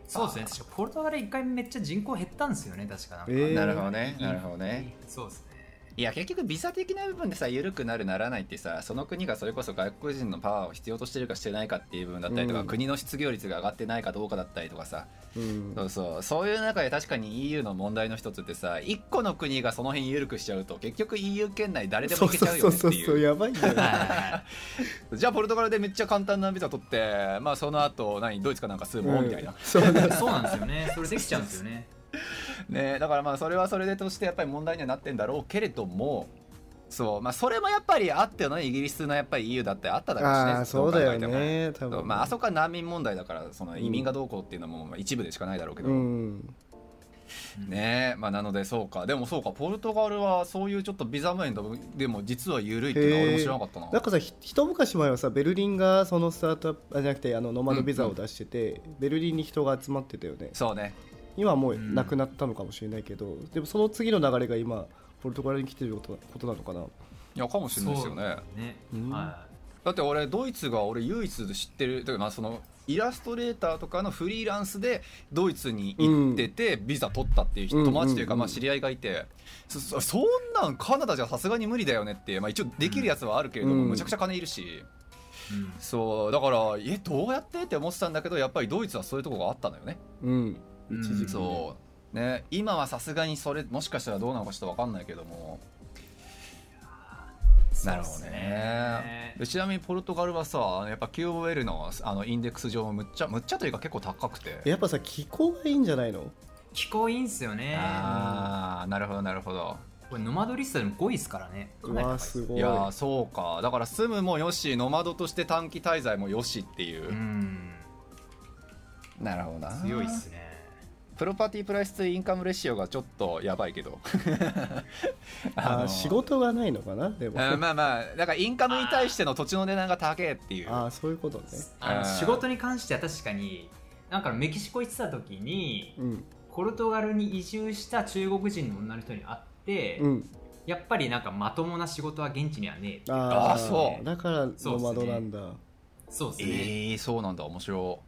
Speaker 3: そうですね確かポルトガル一回めっちゃ人口減ったんですよね確かなんか、
Speaker 1: えー
Speaker 2: なるほどねなるほどね
Speaker 3: そうですね
Speaker 2: いや結局ビザ的な部分でさ緩くなるならないってさその国がそれこそ外国人のパワーを必要としてるかしてないかっていう部分だったりとか、
Speaker 1: うん
Speaker 2: 国の失業率が上がってないかどうかだったりとかさ
Speaker 1: うん
Speaker 2: そうそうそういう中で確かに EU の問題の一つってさ一個の国がその辺緩くしちゃうと結局 EU 圏内誰でも
Speaker 1: そう
Speaker 2: 行けち
Speaker 1: そう
Speaker 2: ゃうよねって
Speaker 1: そうそう
Speaker 2: いう
Speaker 1: そうやばいんだよね
Speaker 2: じゃあポルトガルでめっちゃ簡単なビザ取って、まあその後何ドイツかなんか数
Speaker 1: う
Speaker 2: も
Speaker 1: ん
Speaker 2: みたいな、
Speaker 1: そうね
Speaker 3: そうなんですよねそれできちゃうんですよね
Speaker 2: ねだからまあそれはそれでとしてやっぱり問題にはなってんだろうけれども、そうまあそれもやっぱりあってのイギリスのやっぱり EU だってあっただろうしね。
Speaker 1: ああそうだよね多
Speaker 2: どう考えても。そう
Speaker 1: 分
Speaker 2: まああそこは難民問題だからその移民がどうこうっていうのもまあ一部でしかないだろうけど、
Speaker 1: うん
Speaker 2: ねまあなのでそうかでもそうかポルトガルはそういうちょっとビザ面でも実は緩いっていうのは俺も知らなかったな。
Speaker 1: なんかさひ一昔前はさベルリンがそのスタートアップあじゃなくてあのノマドビザを出してて、ベルリンに人が集まってたよね
Speaker 2: そうね
Speaker 1: 今はもうなくなったのかもしれないけど、でもその次の流れが今ポルトガルに来てることことなのかない
Speaker 2: やかもしれないですよね。
Speaker 3: ね、
Speaker 1: うん
Speaker 3: はい
Speaker 2: だって俺ドイツが俺唯一知ってるというかまあそのイラストレーターとかのフリーランスでドイツに行っててビザ取ったっていう人
Speaker 1: うん
Speaker 2: 友達というか
Speaker 1: うん
Speaker 2: まあ知り合いがいてそそそんなんカナダじゃさすがに無理だよねってまあ一応できるやつはあるけれども
Speaker 1: うん
Speaker 2: むちゃくちゃ金いるし
Speaker 3: うん
Speaker 2: そうだからえどうやってって思ってたんだけどやっぱりドイツはそういうとこがあったのよね。
Speaker 1: うん
Speaker 3: うん
Speaker 1: 一時期、ね
Speaker 2: そうね今はさすがにそれもしかしたらどうなのかちょっとわかんないけどもなるほどね。ちなみにポルトガルはさ、あのやっぱ QOL のあのインデックス上もむっちゃ、むっちゃというか結構高くて。
Speaker 1: やっぱさ気候がいいんじゃないの
Speaker 3: 気候いいんすよね
Speaker 2: ああ、なるほど、なるほど。
Speaker 3: これノマドリストでも5位ですからねか
Speaker 1: う
Speaker 3: なり高い
Speaker 1: わ
Speaker 3: です
Speaker 1: す
Speaker 3: す
Speaker 1: ご
Speaker 2: い
Speaker 1: い
Speaker 2: やー、そうか。だから住むもよし、ノマドとして短期滞在もよしっていうう。
Speaker 3: ん
Speaker 2: なるほどな
Speaker 3: 強いっすね
Speaker 2: プロパティプライスとインカムレシオがちょっとやばいけ どあ
Speaker 1: あ
Speaker 2: の
Speaker 1: ー仕事がないのかなでも
Speaker 2: うん
Speaker 1: あ
Speaker 2: まあまあだからインカムに対しての土地の値段が高えっていう
Speaker 1: あーそういうことね
Speaker 3: あ
Speaker 2: あー
Speaker 3: の仕事に関しては確かになんかメキシコ行ってた時に
Speaker 1: うん
Speaker 3: ポルトガルに移住した中国人の女の人に会って、
Speaker 1: うん
Speaker 3: やっぱりなんかまともな仕事は現地にはねえ
Speaker 2: あ
Speaker 1: あ
Speaker 2: ー
Speaker 1: あ
Speaker 2: そ
Speaker 1: そううだからノマドなんだ
Speaker 3: そうですね、
Speaker 2: ええそうなんだ面白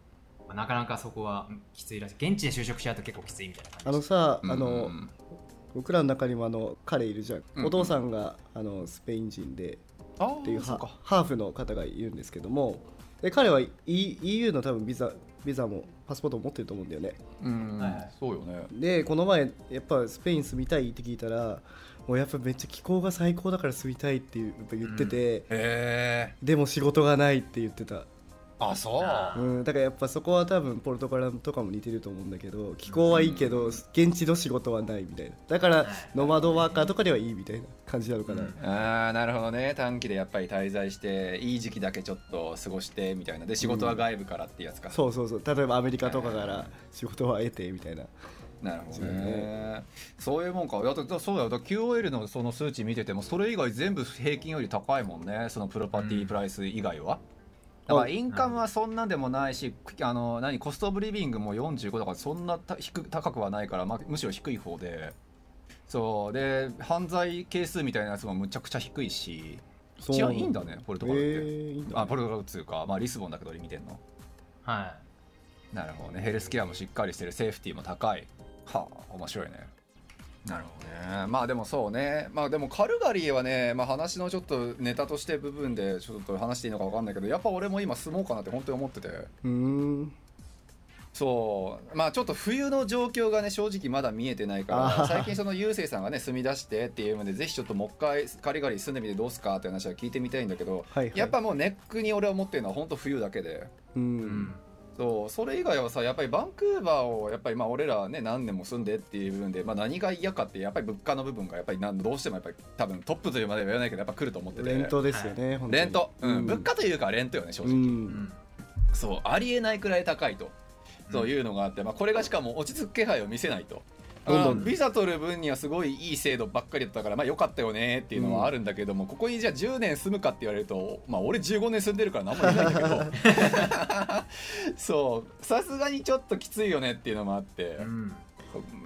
Speaker 3: なかなかそこはうんきついらしい現地で就職しちゃうと結構きついみたいな感じ
Speaker 1: あのさ
Speaker 2: い
Speaker 1: あの
Speaker 2: うん
Speaker 1: 僕らの中にもあの彼いるじゃん、
Speaker 2: うん
Speaker 1: お父さんがあのスペイン人で
Speaker 2: あー
Speaker 1: っていう
Speaker 2: そ
Speaker 1: ハ
Speaker 2: うか
Speaker 1: ハーフの方がいるんですけどもで彼は、E- EU の多分ビザビザもパスポートも持ってると思うんだよね
Speaker 2: うん、
Speaker 3: はいはい
Speaker 2: そうよね
Speaker 1: でこの前やっぱスペイン住みたいって聞いたらもうやっぱめっちゃ気候が最高だから住みたいっていうやっぱ言ってて、
Speaker 2: へえ
Speaker 1: でも仕事がないって言ってた、
Speaker 2: あそう
Speaker 3: あ
Speaker 1: うん、だからやっぱそこは多分ポルトガルとかも似てると思うんだけど気候はいいけど現地の仕事はないみたいなだからノマドワーカーとかではいいみたいな感じなのかな、
Speaker 3: うん
Speaker 2: あーなるほどね短期でやっぱり滞在していい時期だけちょっと過ごしてみたいなで仕事は外部からってやつか、
Speaker 1: そうそうそう例えばアメリカとかから仕事は得てみたいな
Speaker 2: なるほど
Speaker 1: そう
Speaker 2: ね
Speaker 1: ね
Speaker 2: そういうもんかいやだだそうだよだ QOL のその数値見ててもそれ以外全部平均より高いもんねそのプロパティプライス以外は、だから
Speaker 1: あ
Speaker 2: インカムはそんなでもないし、あの何コストオブリビングも45だからそんなた低く高くはないから、まあ、むしろ低い方でそうで犯罪係数みたいなやつもむちゃくちゃ低いし
Speaker 1: そう
Speaker 2: 治安いいんだねポルトガルって。
Speaker 1: えーいいんだ
Speaker 2: あポルトガルっていうか、まあ、リスボンだけどリミテンの
Speaker 3: は
Speaker 2: なるほどねヘルスケアもしっかりしてるセーフティーも高いはあ面白いねなるほどねまあでもそうねまあでもカルガリーはね、まあ、話のちょっとネタとして部分でちょっと話していいのか分かんないけどやっぱ俺も今住もうかなって本当に思ってて
Speaker 1: うーん
Speaker 2: そうまあちょっと冬の状況がね正直まだ見えてないか
Speaker 1: あ
Speaker 2: ら
Speaker 1: はは
Speaker 2: 最近そのゆうせいさんがね住み出してっていうのでぜひちょっともう一回カリガリー住んでみてどうすかって話は聞いてみたいんだけど
Speaker 1: はいはい
Speaker 2: やっぱもうネックに俺は思ってるのは本当冬だけで。
Speaker 1: う
Speaker 3: い、うん
Speaker 1: ん、
Speaker 2: そうそれ以外はさやっぱりバンクーバーをやっぱりまあ俺らね何年も住んでっていう部分で、まあ、何が嫌かってやっぱり物価の部分がやっぱりなんどうしてもやっぱり多分トップというまでは言わないけどやっぱ来ると思ってて
Speaker 1: レントですよね、本当に
Speaker 2: レントうん物価というかレントよね正
Speaker 1: う
Speaker 2: 直、
Speaker 3: うんん
Speaker 2: そうありえないくらい高いと
Speaker 3: うん
Speaker 2: そういうのがあって、まあ、これがしかも落ち着く気配を見せないと。
Speaker 1: どんどん
Speaker 2: あービザ取る分にはすごいいい制度ばっかりだったからまあ良かったよねっていうのはあるんだけども、ここにじゃあ10年住むかって言われるとまあ俺15年住んでるから何も言えないんだけど そうさすがにちょっときついよねっていうのもあって
Speaker 3: う、ん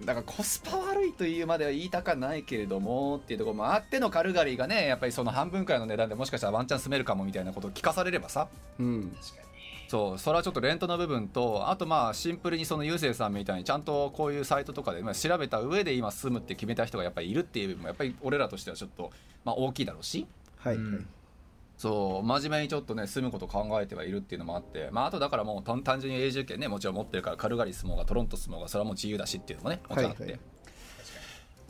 Speaker 2: だからコスパ悪いというまでは言いたかないけれどもっていうところもあってのカルガリーがねやっぱりその半分くらいの値段でもしかしたらワンチャン住めるかもみたいなことを聞かされればさ
Speaker 1: うん
Speaker 3: 確かに
Speaker 2: そうそれはちょっとレントの部分とあとまあシンプルにその優勢さんみたいにちゃんとこういうサイトとかでまあ調べた上で今住むって決めた人がやっぱりいるっていう部分もやっぱり俺らとしてはちょっと、まあ、大きいだろうし
Speaker 1: はい、
Speaker 3: うん
Speaker 1: はい
Speaker 2: そう真面目にちょっとね住むこと考えてはいるっていうのもあって、まあ、あとだからもう単単純に永住権ねもちろん持ってるからカルガリー住もうがトロント住もうがそれはもう自由だしっていうのもねもちろんあって。
Speaker 1: はいはい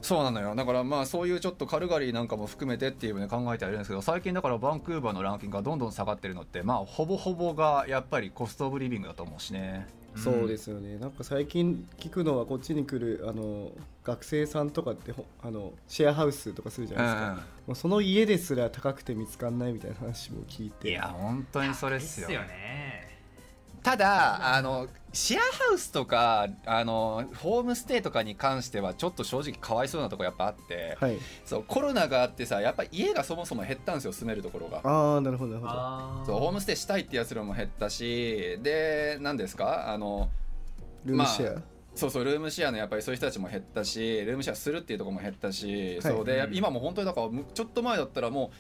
Speaker 2: そうなのよだからまあそういうちょっとカルガリーなんかも含めてっていうので考えてはいるんですけど最近だからバンクーバーのランキングがどんどん下がってるのってまあほぼほぼがやっぱりコストオブリビングだと思うしね
Speaker 1: そうですよねなんか最近聞くのはこっちに来るあの学生さんとかってほあのシェアハウスとかするじ
Speaker 2: う
Speaker 1: ゃなんいですか、もうその家ですら高くて見つかんないみたいな話も聞い
Speaker 2: い
Speaker 1: て
Speaker 2: や本当にそれっすよ
Speaker 3: ですよね
Speaker 2: ただあのシェアハウスとかあのホームステイとかに関してはちょっと正直かわいそうなとこやっぱあって、
Speaker 1: はい
Speaker 2: そうコロナがあってさやっぱ家がそもそも減ったんですよ住めるところが
Speaker 1: ああなるほどなるほど
Speaker 3: あ
Speaker 2: そうホームステイしたいってやつらも減ったしで何ですかあの
Speaker 1: ルームシェア、
Speaker 2: まそうそうルームシェアのやっぱりそういう人たちも減ったしルームシェアするっていうところも減ったし、
Speaker 1: はい
Speaker 2: そうで
Speaker 3: うん
Speaker 2: 今もう本当にだからむちょっと前だったらも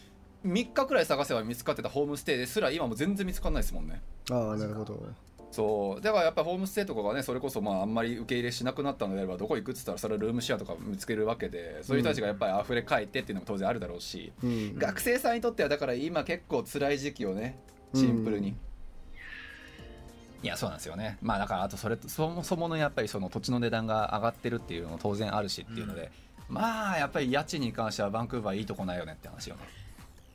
Speaker 2: う3日くらい探せば見つかってたホームステイですら今も全然見つかんないですもんね
Speaker 1: ああなるほど
Speaker 2: そうだからやっぱホームステイとかがねそれこそまああんまり受け入れしなくなったのであればどこ行くっつったらそれはルームシェアとか見つけるわけでそういう人たちがやっぱり溢れ返ってっていうのも当然あるだろうし、
Speaker 1: うん
Speaker 2: 学生さんにとってはだから今結構辛い時期をねシンプルに、
Speaker 1: うん
Speaker 2: いやそうなんですよねまあだからあとそれとそもそものやっぱりその土地の値段が上がってるっていうのも当然あるしっていうので、まあやっぱり家賃に関してはバンクーバーいいとこないよねって話 よね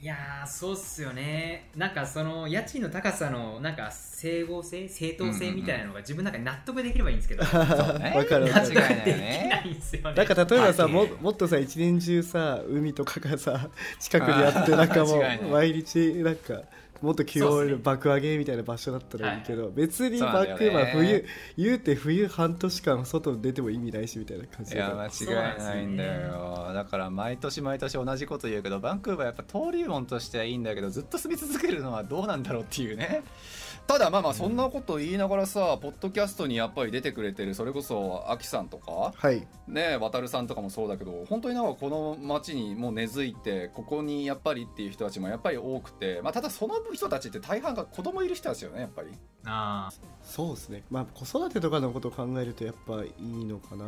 Speaker 3: いやーそうっすよねなんかその家賃の高さのなんか整合性正当性みたいなのが自分の中で納得できればいいんですけど、
Speaker 2: そうね
Speaker 1: わかるわ か
Speaker 2: 間違
Speaker 1: る
Speaker 2: いないよ
Speaker 3: できな
Speaker 2: ね
Speaker 3: いんですよね
Speaker 1: なんか例えばさ
Speaker 2: はい
Speaker 1: ももっとさ一 年中さ海とかがさ近くにあってなんかも
Speaker 2: 間違いないう
Speaker 1: 毎日なんかもっと QOL 爆上げみたいな場所だったらいいけど、別に
Speaker 2: そう
Speaker 1: バ
Speaker 2: なんだ
Speaker 1: ッ
Speaker 2: よ
Speaker 1: クーバー
Speaker 2: ね
Speaker 1: 冬言うて冬半年間外に出ても意味ないしみたいな感じ
Speaker 2: い
Speaker 1: だ
Speaker 2: や
Speaker 1: から
Speaker 2: 間違いないんだよだから毎年毎年同じこと言うけどバンクーバーやっぱ登竜門としてはいいんだけどずっと住み続けるのはどうなんだろうっていうねただまあまあそんなこと言いながらさ、ポッドキャストにやっぱり出てくれてるそれこそアキさんとか
Speaker 1: はい
Speaker 2: ね渡さんとかもそうだけど本当になんかこの町にもう根付いてここにやっぱりっていう人たちもやっぱり多くて、まあ、ただその人たちって大半が子供いる人たちよねやっぱり。
Speaker 3: あ
Speaker 1: そうですねまあ子育てとかのことを考えるとやっぱいいのかな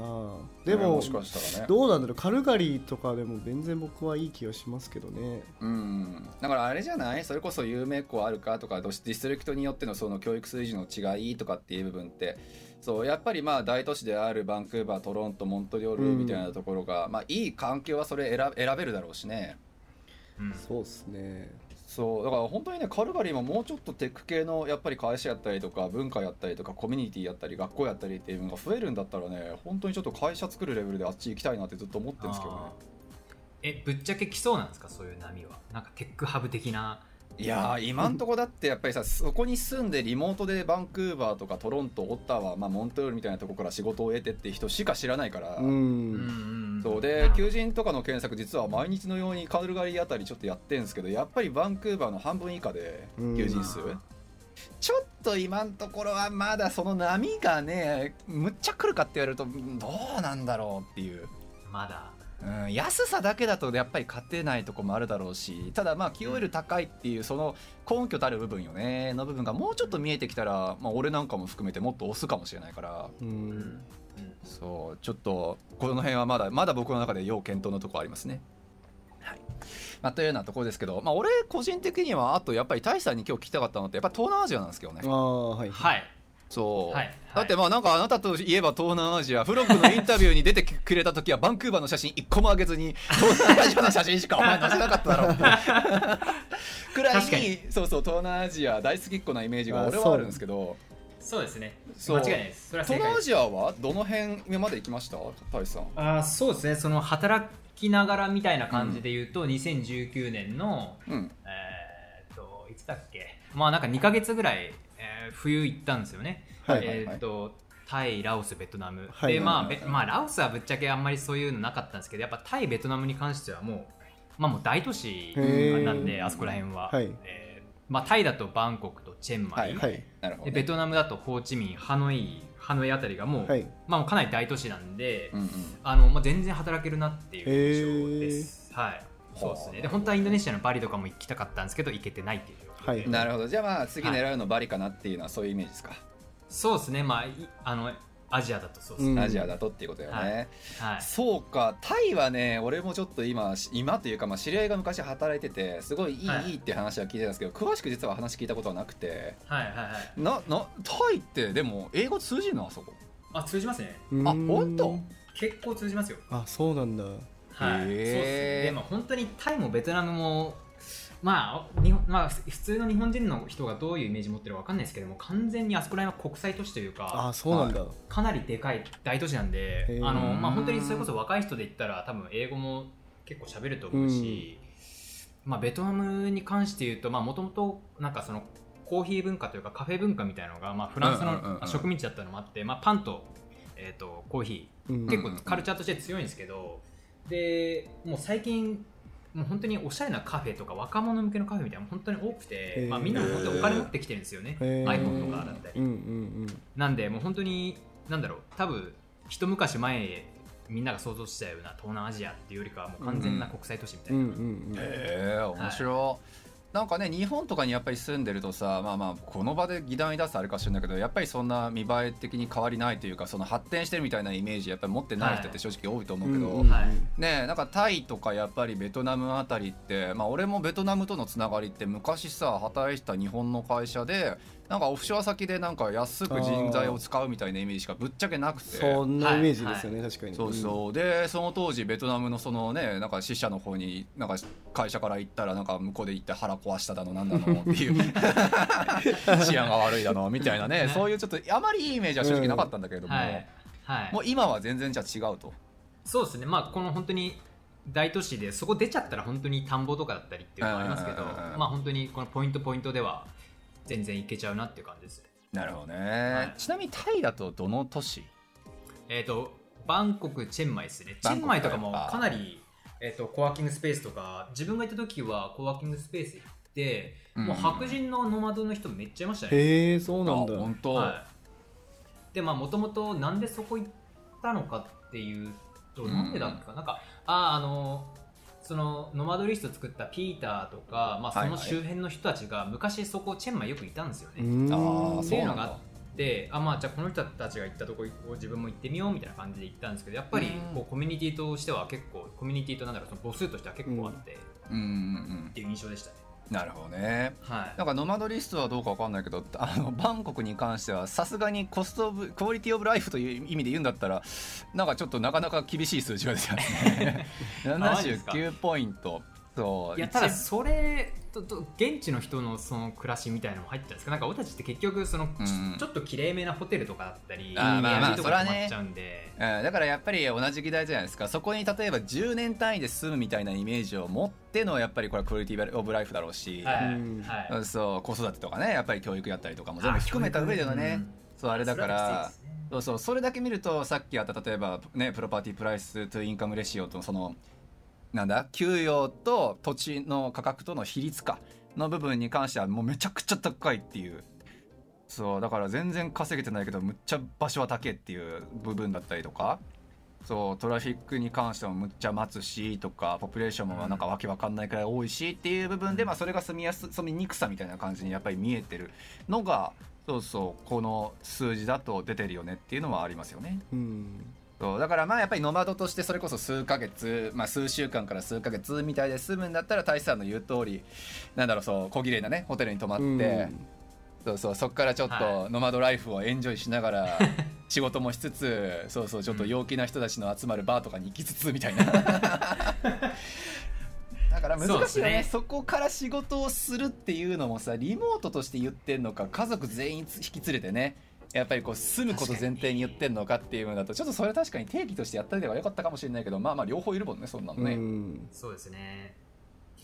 Speaker 1: で
Speaker 2: ね
Speaker 1: も
Speaker 2: もしかしたらね。
Speaker 1: どうなんだろうカルガリーとかでも全然僕はいい気がしますけどね
Speaker 2: うん、だからあれじゃないそれこそ有名校あるかとかどしディストリクトによってのその教育水準の違いとかっていう部分ってそうやっぱりまあ大都市であるバンクーバートロントモントリオールみたいなところが、まあ、いい環境はそれ選選べるだろうしね
Speaker 3: ーうん
Speaker 1: そうですね
Speaker 2: そうだから本当にねカルガリーももうちょっとテック系のやっぱり会社やったりとか文化やったりとかコミュニティやったり学校やったりっていうのが増えるんだったらね本当にちょっと会社作るレベルであっち行きたいなってずっと思ってるんですけどね
Speaker 3: あーえぶっちゃけ来そうなんですかそういう波はなんかテックハブ的な い
Speaker 2: やー今んとこだってやっぱりさそこに住んでリモートでバンクーバーとかトロントオッタワー、まあ、モントリオールみたいなとこから仕事を得てって人しか知らないから、
Speaker 1: う
Speaker 3: うんうん
Speaker 1: ん
Speaker 3: ん
Speaker 2: そうで求人とかの検索実は毎日のようにカルガリーあたりちょっとやってんですけどやっぱりバンクーバーの半分以下で
Speaker 1: うん
Speaker 2: 求人数、ちょっと今のところはまだその波がねむっちゃ来るかって言われるとうんどうなんだろうっていう。
Speaker 3: まだ
Speaker 2: うん、安さだけだとやっぱり勝てないとこもあるだろうしただまあ QOL 高いっていうその根拠たる部分よねの部分がもうちょっと見えてきたら、まあ、俺なんかも含めてもっと押すかもしれないから
Speaker 1: う
Speaker 3: うんんうん
Speaker 2: そうちょっとこの辺はまだまだ僕の中で要検討のとこありますね。はいまあ、というようなところですけど、まあ、俺個人的にはあとやっぱり大志さんに今日聞きたかったのってやっぱ東南アジアなんですけどね。
Speaker 1: ああはい
Speaker 3: はい
Speaker 2: そう、
Speaker 3: はい
Speaker 2: だってまあなんかあなたといえば東南アジアフロッグのインタビューに出てくれた時はバンクーバーの写真一個も上げずに東南アジアの写真しかお前載せなかっただろうって くら
Speaker 3: 確か
Speaker 2: いにそうそう東南アジア大好きっ子なイメージが俺
Speaker 1: あ
Speaker 2: は
Speaker 1: そう
Speaker 2: あるんですけど
Speaker 3: そうですね
Speaker 2: そう
Speaker 3: 間違いないですそれは
Speaker 2: 東
Speaker 3: 正解
Speaker 2: 南
Speaker 3: で
Speaker 2: ア
Speaker 3: す
Speaker 2: ジアはどの辺まで行きました大志さん
Speaker 3: あーそうですねその働きながらみたいな感じで言うと、2019年の
Speaker 2: うん
Speaker 3: えーっといつだっけまあなんか2か月ぐらい、えー冬行ったんですよね、
Speaker 1: はい
Speaker 2: はいはい
Speaker 3: えーっとタイラオスベトナム、
Speaker 1: はい
Speaker 3: でまあ、べ
Speaker 2: はい
Speaker 3: まあラオスはぶっちゃけあんまりそういうのなかったんですけどやっぱタイベトナムに関してはもう,、まあ、もう大都市
Speaker 1: ー
Speaker 3: なんであそこら辺は、
Speaker 1: はい
Speaker 3: えーまあ、タイだとバンコクとチェンマイ、
Speaker 1: はいはい
Speaker 2: なるほど、
Speaker 3: で
Speaker 2: ね、
Speaker 3: ベトナムだとホーチミンハノイハノイあたりがもう,、
Speaker 1: はい
Speaker 3: まあ、もうかなり大都市なんで、
Speaker 2: うんうん
Speaker 3: あのまあ、全然働けるなっていう印象です。はい、そうですねで本当はインドネシアのバリとかも行きたかったんですけど行けてないっていう状況で、
Speaker 1: はい
Speaker 2: なるほどじゃあまあ次狙うのバリかなっていうのはそういうイメージですか、
Speaker 3: そうですねまあいあのアジアだとそうです
Speaker 1: うん
Speaker 3: ね、
Speaker 2: アジアだとっていうことだよね、
Speaker 3: はいはい
Speaker 2: そうかタイはね俺もちょっと今し今というか、まあ、知り合いが昔働いててすごいいい,、
Speaker 3: はい
Speaker 2: い、いって話は聞いてたんですけど詳しく実は話聞いたことはなくて
Speaker 3: はいはいはい
Speaker 2: ななタイってでも英語通じるのあそこ、
Speaker 3: あ通じますね
Speaker 1: うん
Speaker 2: あ本当
Speaker 3: 結構通じますよ
Speaker 1: あそうなんだ
Speaker 3: は
Speaker 2: へ
Speaker 3: い、そう
Speaker 2: ー
Speaker 3: ですねでも本当にタイもベトナムもまあ日本まあふ普通の日本人の人がどういうイメージ持ってるかわかんないですけども完全にあそこら辺は国際都市というか
Speaker 1: あそうなんだ、
Speaker 3: かなりでかい大都市なんで
Speaker 1: へー
Speaker 3: あの、まあ、本当にそれこそ若い人で言ったら多分英語も結構喋ると思うし、まあ、ベトナムに関して言うともともとなんかそのコーヒー文化というかカフェ文化みたいなのが、まあ、フランス
Speaker 2: うんうんうんう
Speaker 3: の
Speaker 2: ん
Speaker 3: 植民地だったのもあって、まあ、パンと,、えー、とコーヒ
Speaker 1: うん
Speaker 3: ー結構カルチャーとして強いんですけど、でもう最近もう本当におしゃれなカフェとか若者向けのカフェみたいなの本当に多くて
Speaker 1: へ、ー
Speaker 3: まあ、みんな本当にお金持ってきてるんですよね
Speaker 1: へー
Speaker 3: iPhone とかだったり
Speaker 1: うんう。ん
Speaker 3: なんでもう本当になんだろう多分一昔前みんなが想像したような東南アジアっていうよりかはもう完全な国際都市みた
Speaker 1: う
Speaker 3: い
Speaker 1: んう
Speaker 3: な、
Speaker 1: んうんうん
Speaker 2: へえ面白いなんかね日本とかにやっぱり住んでるとさまあまあこの場で議題に出すあれかもしれないけどやっぱりそんな見栄え的に変わりないというかその発展してるみたいなイメージやっぱり持ってない人って正直多いと思うけど、
Speaker 1: うん
Speaker 3: は
Speaker 1: うんうん
Speaker 2: ねえなんかタイとかやっぱりベトナムあたりって、まあ、俺もベトナムとのつながりって昔さ働いてた日本の会社でなんかオフショア先でなんか安く人材を使うみたいなイメージしかぶっちゃけなくて。
Speaker 1: そんなイメージですよね、確かに
Speaker 2: そうそうでその当時ベトナムのそのねなんか支社の方になんか会社から行ったらなんか向こうで行って腹壊しただのなんだのって いう治安が悪いだのみたいなねそういうちょっとあまりいいイメージは正直なかったんだけれども、
Speaker 3: はいはい
Speaker 2: もう今は全然じゃあ違うと。
Speaker 3: そうですねまあこの本当に大都市でそこ出ちゃったら本当に田んぼとかだったりっていうのもありますけど
Speaker 2: うんうんうんうん
Speaker 3: まあ本当にこのポイントポイントでは全然いけちゃうなっていう感じですね
Speaker 2: なるほどね、
Speaker 3: はい
Speaker 2: ちなみにタイだとどの都市
Speaker 3: えっ、とバンコクチェンマイですねチ
Speaker 2: バ
Speaker 3: ェ
Speaker 2: ンコクか
Speaker 3: ンマイとかもかなり、えっとコワーキングスペースとか自分が行った時はコワーキングスペース行って、もう白人のノマドの人めっちゃいましたね、
Speaker 1: へえそうなんだ
Speaker 2: あ本当、
Speaker 3: はい、でまあもともとなんでそこ行ったのかっていうとなんでだっけか、なんかあああのそのノマドリスト作ったピーターとか、まあ、その周辺の人たちが昔そこチェンマイよくいたんですよね、
Speaker 1: うーん
Speaker 2: ああ
Speaker 3: っ
Speaker 2: そ
Speaker 3: て
Speaker 2: う
Speaker 3: いう
Speaker 2: な
Speaker 3: の
Speaker 2: ん
Speaker 3: があ
Speaker 2: だ
Speaker 3: ってあまあじゃあこの人たちが行ったとこを自分も行ってみようみたいな感じで行ったんですけどやっぱり
Speaker 2: うん
Speaker 3: こうコミュニティとしては結構コミュニティとなんだろうその母数としては結構あってっ
Speaker 2: うんうんうん
Speaker 3: ていう印象でしたね、
Speaker 2: なるほどね
Speaker 3: はい
Speaker 2: なんかノマドリストはどうかわかんないけどあのバンコクに関してはさすがにコストオブクオリティオブライフという意味で言うんだったらなんかちょっとなかなか厳しい数字が出てます ね
Speaker 3: マジですか
Speaker 2: 79ポイントそう
Speaker 3: い
Speaker 2: い
Speaker 3: やただそれとと現地の人のその暮らしみたいなのも入ってたんですかなんか俺たちって結局その、ち
Speaker 2: うん
Speaker 3: ちょっときれいめなホテルとかだったり
Speaker 2: あーまあまあ
Speaker 3: エアビーと
Speaker 2: それはね
Speaker 3: か泊まっちゃうんで、
Speaker 2: うんだからやっぱり同じ議題じゃないですかそこに例えば10年単位で住むみたいなイメージを持ってのやっぱりこれはクオリティオブライフだろうし、
Speaker 3: はい
Speaker 1: うん
Speaker 3: はい
Speaker 2: うんそう子育てとかねやっぱり教育やったりとかも全部含めた上でのね、
Speaker 3: うん
Speaker 2: そうあれだから
Speaker 3: それはきついですね
Speaker 2: そうそうそれだけ見るとさっきあった例えばねプロパティプライスとインカムレシオとそのなんだ給与と土地の価格との比率かの部分に関してはもうめちゃくちゃ高いっていうそうだから全然稼げてないけどむっちゃ場所は高いっていう部分だったりとかそうトラフィックに関してもむっちゃ待つしとかポピュレーションもなんかわけわかんないくらい多いしっていう部分で、まあ、それが住みやす住みにくさみたいな感じにやっぱり見えてるのがそうそうこの数字だと出てるよねっていうのはありますよね。
Speaker 1: うん
Speaker 2: そうだからまあやっぱりノマドとしてそれこそ数ヶ月、まあ、数週間から数ヶ月みたいで済むんだったら大志さんの言う通りなんだろうそう小綺麗なねホテルに泊まって、
Speaker 1: うん
Speaker 2: そうそうそこからちょっ
Speaker 3: は
Speaker 2: とノマドライフをエンジョイしながら、 仕事もしつつそうそうちょっと陽気な人たちの集まるバーとかに行きつつみた いなだから難しいよね
Speaker 3: そうです
Speaker 2: そ
Speaker 3: ね
Speaker 2: こから仕事をするっていうのもさリモートとして言ってんのか家族全員引き連れてねやっぱりこう住むこと前提に言ってんのかっていうのだとちょっとそれは確かに定義としてやったりではよかったかもしれないけどまあまあ両方いるもんねそんなのね、
Speaker 1: うん
Speaker 3: そうですね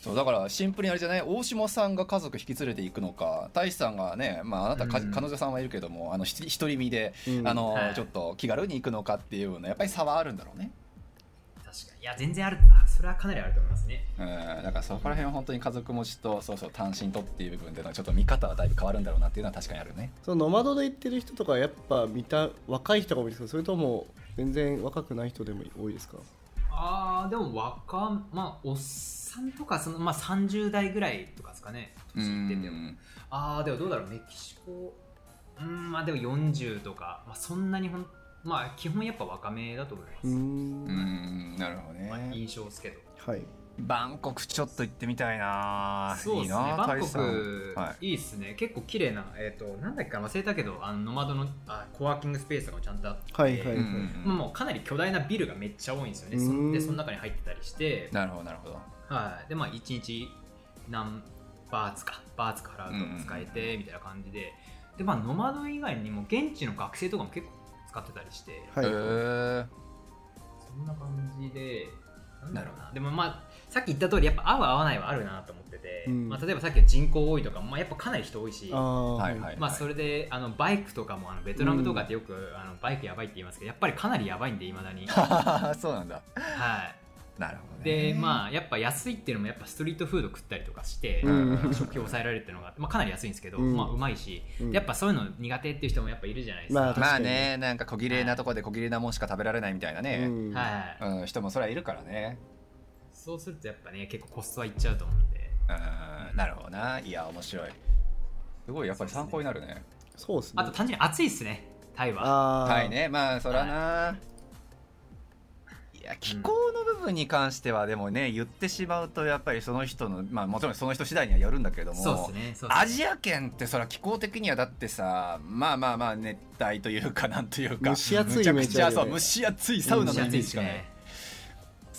Speaker 2: そうだからシンプルにあれじゃない大島さんが家族引き連れていくのか大志さんがね、まあ、あなたか、
Speaker 3: うん
Speaker 2: 彼女さんはいるけどもあのひ一人身で、
Speaker 1: うん
Speaker 2: あの
Speaker 3: はい
Speaker 2: ちょっと気軽に行くのかっていうのやっぱり差はあるんだろうね、
Speaker 3: 確かにいや全然あるあそれはかなりあると思いますね
Speaker 2: うん、だからそこら辺は本当に家族持ちとそうそう単身とっていう部分でのちょっと見方はだいぶ変わるんだろうなっていうのは確かにあるね
Speaker 1: そのノマドで行ってる人とかやっぱ見た若い人が多いですかそれとも全然若くない人でも多いですか
Speaker 3: あーでも若まあおっさんとかその、まあ、30代ぐらいとかですかね
Speaker 2: う
Speaker 3: 年いってても
Speaker 2: ん
Speaker 3: ああでもどうだろうメキシコうんまあでも40とか、まあ、そんなにほんまあ基本やっぱ若めだと思います、
Speaker 1: うーん
Speaker 2: うんなるほど
Speaker 3: まあ
Speaker 2: ね
Speaker 3: 印象ですけど
Speaker 1: はい
Speaker 2: バンコクちょっと行ってみたいな
Speaker 3: そう
Speaker 2: いい
Speaker 3: ですね
Speaker 2: な
Speaker 3: バン
Speaker 2: 大
Speaker 3: コ
Speaker 2: 志さん
Speaker 3: ク、、
Speaker 2: はい
Speaker 3: いですね結構綺麗なえっ、となんだっけか忘れたけどあのノマドのあコワーキングスペースとかもちゃんとあって、
Speaker 1: はいはい
Speaker 2: うんうん
Speaker 3: まあ、もうかなり巨大なビルがめっちゃ多いんですよねそ
Speaker 1: うん
Speaker 3: でその中に入ってたりして、
Speaker 2: なるほどなるほど
Speaker 3: はい、でまあ1日何バーツかバーツか払うと使えてみたいな感じで、でまあノマド以外にも現地の学生とかも結構使ってたりして、
Speaker 1: はい、
Speaker 2: へー
Speaker 3: そんな感じでなんだろうなでもまあさっき言った通りやっぱ合う合わないはあるなと思ってて、
Speaker 1: うん
Speaker 3: まあ、例えばさっきの人口多いとかも、まあ、やっぱかなり人多いし
Speaker 1: ああ
Speaker 2: はいはい
Speaker 3: まあ、それであのバイクとかもあのベトナムとかってよく、あのバイクやばいって言いますけどやっぱりかなりやばいんでい まだに、
Speaker 2: そうなんだ
Speaker 3: は
Speaker 2: なるほど
Speaker 3: い、
Speaker 2: ね
Speaker 3: でまあやっぱ安いっていうのもやっぱストリートフード食ったりとかして、
Speaker 1: うん
Speaker 3: 食費を抑えられるっていうのがあって、まあ、かなり安いんですけど、
Speaker 1: うん
Speaker 3: まあうまいし、
Speaker 1: うん
Speaker 3: やっぱそういうの苦手っていう人もやっぱいるじゃないですか、
Speaker 1: まあ確
Speaker 2: ま
Speaker 1: か
Speaker 2: あ
Speaker 1: に
Speaker 2: ねなんか小綺麗なとこで小綺麗なもんしか食べられないみたいな
Speaker 1: う
Speaker 2: ね、
Speaker 1: ん
Speaker 3: はい、
Speaker 2: うん人もそりゃいるからね
Speaker 3: そうするとやっぱね結構コストはいっちゃうと思うんで
Speaker 2: うんなるほどないや面白いすごいやっぱり参考になるね
Speaker 1: そうですね
Speaker 3: あと単純に暑いっすねタイは
Speaker 1: あー
Speaker 2: はいねまあそらな、い、や気候の部分に関してはでもね言ってしまうとやっぱりその人のまあもちろんその人次第にはよるんだけども
Speaker 3: そうですねそうっすね
Speaker 2: アジア圏ってそら気候的にはだってさまあまあまあ熱帯というかなんというか
Speaker 1: 蒸し暑い
Speaker 2: むちゃく
Speaker 1: イメージ
Speaker 2: ち
Speaker 1: あ
Speaker 2: ゃ
Speaker 1: るよ
Speaker 2: そう
Speaker 1: ね
Speaker 2: 蒸し暑いサウナのイメージしかない、
Speaker 3: ね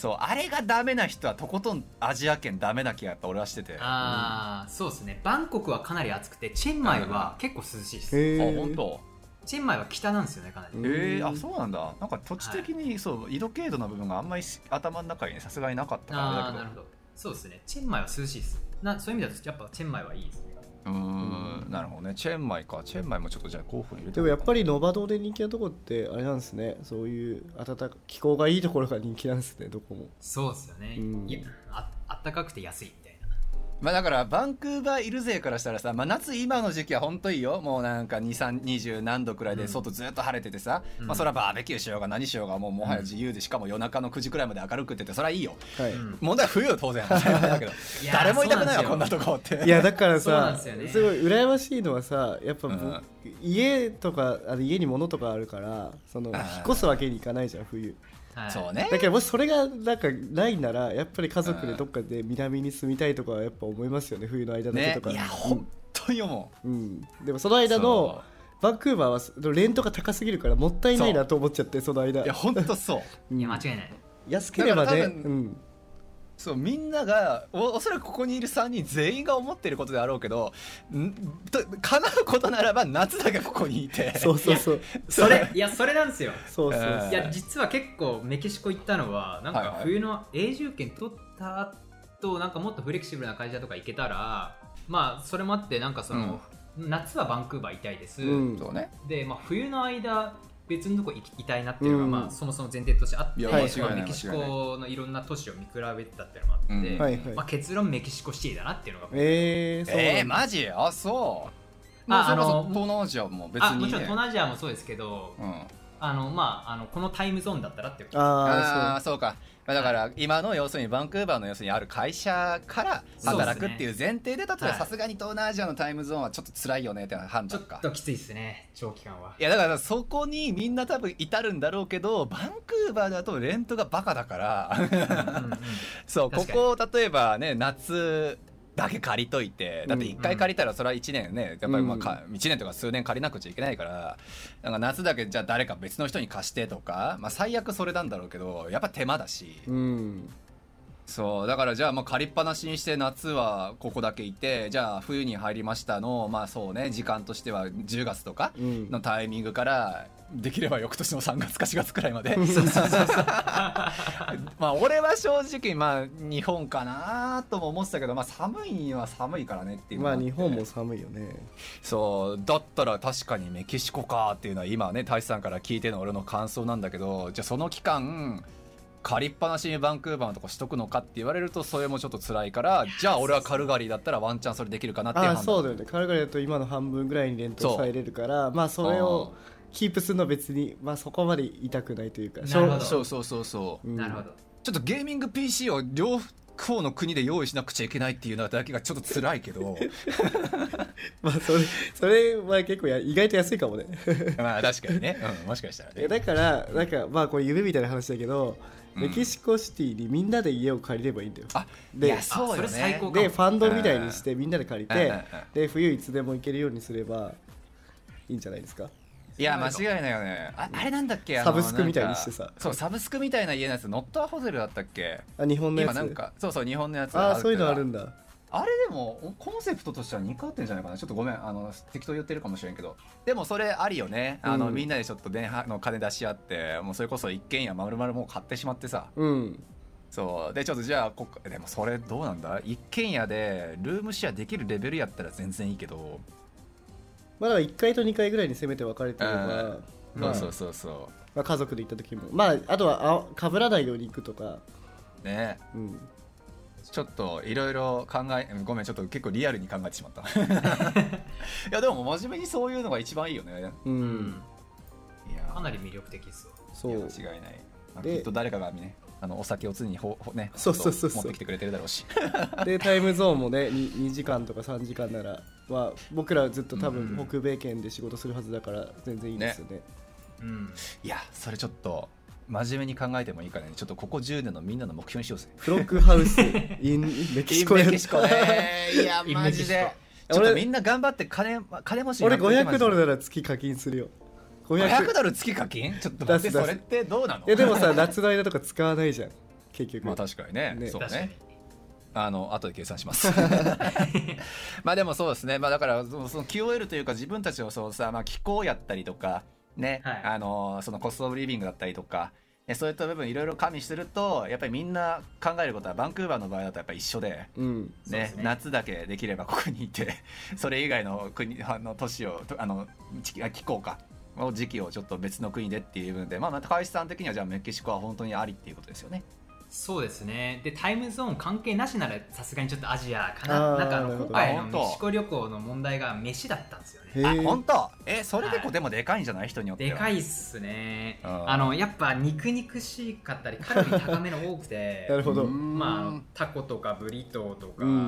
Speaker 2: そうあれがダメな人はとことんアジア圏ダメな気がやっぱ俺はしてて
Speaker 3: ああそうですねバンコクはかなり暑くてチェンマイは結構涼しいです、
Speaker 1: へえ
Speaker 2: あ本当
Speaker 3: チェンマイは北なんですよねかなり、
Speaker 1: うん
Speaker 2: えー、あそうなんだなんか土地的に、そう緯度経度の部分があんまりし頭の中にねさすがになかったからあれだ
Speaker 3: あ
Speaker 2: け
Speaker 3: あー
Speaker 2: ど
Speaker 3: なるほどそうですねチェンマイは涼しいですなそういう意味だとやっぱチェンマイはいいですね
Speaker 2: うーんなるほどねチェンマイかチェンマイもちょっとじゃあ候補に入れて
Speaker 1: でもやっぱりノバ島で人気なとこってあれなんですねそういう暖か気候がいいところが人気なんですねどこも
Speaker 3: そうですよね、
Speaker 1: うん
Speaker 3: いやああったかくて安いみたいな
Speaker 2: まあだからバンクーバーいる勢からしたらさ、まあ、夏今の時期は本当いいよもうなんか2320何度くらいで外ずっと晴れててさ、
Speaker 3: うん
Speaker 2: まあそれはバーベキューしようが何しようがもうもはや自由でしかも夜中の9時くらいまで明るくっててそれはいいよ
Speaker 1: はい、
Speaker 3: うん
Speaker 2: 問題は冬よ当然だけど
Speaker 3: いやー
Speaker 2: 誰もいたくないわ
Speaker 3: そ
Speaker 2: こ
Speaker 3: うんな
Speaker 2: なんとこって
Speaker 1: いやだから
Speaker 3: そうなん
Speaker 1: さ
Speaker 3: ですよね
Speaker 1: ごい羨ましいのはさやっぱ
Speaker 2: う
Speaker 1: 僕、
Speaker 2: ん
Speaker 1: 家とかあの家に物とかあるからその
Speaker 2: ん
Speaker 1: 引っ越すわけにいかないじゃん冬
Speaker 3: はい、
Speaker 2: そうね
Speaker 1: だけどもしそれがなんかないならやっぱり家族でどっかで南に住みたいとかはやっぱ思いますよね冬の間だけ
Speaker 2: ね
Speaker 1: とか、
Speaker 2: いや本当に思う
Speaker 1: うん、でもその間のバンクーバーはそのレントが高すぎるからもったいないなと思っちゃってその
Speaker 2: そ
Speaker 1: 間
Speaker 2: ういや本当そう
Speaker 1: うん
Speaker 3: いや間違いない
Speaker 1: 安ければ
Speaker 2: だか
Speaker 1: ね
Speaker 2: ら多分
Speaker 1: うん
Speaker 2: そうみんながおおそらくここにいる3人全員が思っていることであろうけどんと叶うことならば夏だけここにいて
Speaker 1: そうそうそう
Speaker 3: それいやそれなんですよ
Speaker 1: そうそうそう
Speaker 2: うん
Speaker 3: いや実は結構メキシコ行ったのはなん
Speaker 2: はい
Speaker 3: か
Speaker 2: はい
Speaker 3: 冬の永住権取った後なんかもっとフレキシブルな会社とか行けたらまあそれもあってなんかその、夏はバンクーバーいたいです、
Speaker 1: うん
Speaker 2: そうね
Speaker 3: で、まあ、冬の間別のとこ行きたいなっていうのが、
Speaker 1: うん
Speaker 3: まあ、そもそも前提としてあって
Speaker 2: いや
Speaker 1: 間
Speaker 2: い
Speaker 1: 違
Speaker 2: ない
Speaker 3: まあメキシコのいろんな都市を見比べてたっていうのもあって、
Speaker 2: うん
Speaker 1: はいはい
Speaker 3: まあ、結論メキシコシティだなっていうのが、
Speaker 1: えー、そう
Speaker 2: えー、
Speaker 1: なんだ
Speaker 2: マジあそう
Speaker 3: あ
Speaker 2: あの
Speaker 3: あの
Speaker 2: 東南アジアも別
Speaker 3: あ
Speaker 2: に、ね、
Speaker 3: もちろん東南アジアもそうですけど、
Speaker 2: うん、
Speaker 3: あのまああのこのタイムゾーンだったらっていうこと
Speaker 2: あ
Speaker 1: あ
Speaker 2: あそうかまあだから今の要するにバンクーバーの要するにある会社から働くっていう前提でだったら
Speaker 3: はい
Speaker 2: さすがに東南アジアのタイムゾーンはちょっと辛いよねって判
Speaker 3: ちょ
Speaker 2: 断
Speaker 3: っ
Speaker 2: か
Speaker 3: ときついですね長期間はい
Speaker 2: やだからそこにみんな多分至るんだろうけどバンクーバーだとレントがバカだから
Speaker 3: うんうん
Speaker 2: そうこ
Speaker 3: 確かに
Speaker 2: こを例えばね夏だけ借りといてだって1回借りたらそれは1年ねやっぱりまあか1年とか数年借りなくちゃいけないからなんか夏だけじゃあ誰か別の人に貸してとか、まあ、最悪それなんだろうけどやっぱ手間だし
Speaker 1: そううん
Speaker 2: そうだからじゃあまあ借りっぱなしにして夏はここだけいてじゃあ冬に入りましたのまあそうね時間としては10月とか
Speaker 1: うん
Speaker 2: のタイミングからできれば翌年の3月か4月くらいまで まあ俺は正直まあ日本かなとも思ってたけどまあ寒いには寒いからねっていうの
Speaker 1: ま
Speaker 2: が
Speaker 1: あ
Speaker 2: って
Speaker 1: 日本も寒いよね
Speaker 2: そうだったら確かにメキシコかっていうのは今ね大志さんから聞いての俺の感想なんだけどじゃあその期間借りっぱなしにバンクーバーのとこしとくのかって言われるとそれもちょっと辛いからじゃあ俺はカルガリーだったらワンチャンそれできるかなっていう
Speaker 1: あ
Speaker 2: 判
Speaker 1: あ
Speaker 2: 断
Speaker 1: そうだよねカルガリーだと今の半分ぐらいに連投されれるからまあそれをキープするのは別に、まあ、そこまで痛くないというか
Speaker 3: なるほど
Speaker 2: そうそうそうそう
Speaker 1: うん
Speaker 3: なるほど
Speaker 2: ちょっとゲーミング PC を両方の国で用意しなくちゃいけないっていうのだけがちょっと辛いけど
Speaker 1: まあそれそれは結構や意外と安い かもね
Speaker 2: まあ確かにね、うん、もしかしたら
Speaker 1: え
Speaker 2: ね
Speaker 1: だからなんかまあこれ夢みたいな話だけど、
Speaker 2: うん
Speaker 1: メキシコシティにみんなで家を借りればいいんだよ
Speaker 2: あ
Speaker 1: で
Speaker 2: いやそうよね
Speaker 3: あそれ最高
Speaker 1: でファンドみたいにしてみんなで借り
Speaker 2: うんうん
Speaker 1: て
Speaker 2: うん
Speaker 1: で冬いつでも行けるようにすればいいんじゃないですか
Speaker 2: いや間違いないよねああれなんだっけあの
Speaker 1: サブスクみたいにしてさ
Speaker 2: なんかそうサブスクみたいな家のやつノットアホテルだったっけ
Speaker 1: あ日本のやつ
Speaker 2: 今なんかそうそう日本のやつ
Speaker 1: ああそういうのあるん
Speaker 2: だ
Speaker 1: だ
Speaker 2: あれでもコンセプトとしては2回合ってんじゃないかなちょっとごめんあの適当言ってるかもしれんけどでもそれありよねあの、
Speaker 1: うん
Speaker 2: みんなでちょっとねはの金出し合ってもうそれこそ一軒家丸々もう買ってしまってさ
Speaker 1: うん
Speaker 2: そうでちょっとじゃあこでもそれどうなんだ一軒家でルームシェアできるレベルやったら全然いいけど、
Speaker 1: まあだから1階と2階ぐらいにせめて分かれてれば、まあ
Speaker 2: そうそうそうそ
Speaker 1: まあ、家族で行った時もまああとはあ被らないように行くとか、
Speaker 2: うね
Speaker 1: うん、
Speaker 2: ちょっといろいろ考えごめんちょっと結構リアルに考えてしまった いやでも真面目にそういうのが一番いいよね
Speaker 1: うん
Speaker 3: うん
Speaker 2: いや
Speaker 3: かなり魅力的ですよ
Speaker 1: そう
Speaker 2: いや間違いないまあき
Speaker 1: で
Speaker 2: っと誰かがねあのお酒を常にほほね
Speaker 1: そうそうそうそう
Speaker 2: 持ってきてくれてるだろうし
Speaker 1: でタイムゾーンもね 2, 2時間とか3時間ならは僕らはずっと多分
Speaker 3: うん
Speaker 1: 北米圏で仕事するはずだから全然いいですよね
Speaker 3: うん
Speaker 2: いやそれちょっと真面目に考えてもいいかねちょっとここ10年のみんなの目標にしようぜ
Speaker 1: フロックハウス in メキシコ
Speaker 2: イ
Speaker 1: や
Speaker 2: ンメキシコね。いや、
Speaker 3: イン
Speaker 2: マ
Speaker 3: メキシ
Speaker 2: ジ
Speaker 3: コ
Speaker 2: で。ち
Speaker 1: 俺
Speaker 2: ょっとみんな頑張って金、金持ちにな
Speaker 1: 俺
Speaker 2: ってほしい
Speaker 1: 500ドル
Speaker 2: マ
Speaker 1: なら月課金するよ
Speaker 2: ジで500
Speaker 1: 500
Speaker 2: ドル月課金ちょっと待って、
Speaker 1: 出す出す
Speaker 2: それってどうなの
Speaker 1: いやでもさ夏の間とか使わないじゃん結局、
Speaker 2: まあ確かにね。
Speaker 1: ね
Speaker 2: そう
Speaker 3: 確かに
Speaker 2: ね。あの後で計算します まあでもそうですね、まあ、だからそのその QOL というか自分たちのそうさ、まあ、気候やったりとか、ね
Speaker 3: はい
Speaker 2: あのそのコストオブリビングだったりとかねそういった部分いろいろ加味するとやっぱりみんな考えることはバンクーバーの場合だとやっぱ一緒で。
Speaker 1: うん
Speaker 3: そうで
Speaker 2: ね
Speaker 3: すね
Speaker 2: 夏だけできればここにいて それ以外の国あの都市をとあの地あ気候かを時期をちょっと別の国でっていう部分で、まあ、また川石さん的にはじゃあメキシコは本当にありっていうことですよね。
Speaker 3: そうですねでタイムゾーン関係なしならさすがにちょっとアジアかな
Speaker 1: あー
Speaker 3: なんかあの
Speaker 1: なるほど
Speaker 3: 今回の
Speaker 2: あ本当
Speaker 3: メキシコ旅行の問題が飯だったんですよね
Speaker 1: へえ
Speaker 2: あ本当えそれ結
Speaker 3: は
Speaker 2: 構
Speaker 3: い
Speaker 2: でもでかいんじゃない人によって
Speaker 3: で
Speaker 2: は
Speaker 3: かいっすね
Speaker 2: あ
Speaker 3: あ
Speaker 2: ー
Speaker 3: のやっぱ肉肉しかったりカロリー高めの多く て
Speaker 1: なるほど
Speaker 3: まああ
Speaker 2: う
Speaker 3: の
Speaker 2: ん
Speaker 3: タコとかブリトーとか、
Speaker 1: うん
Speaker 2: うんう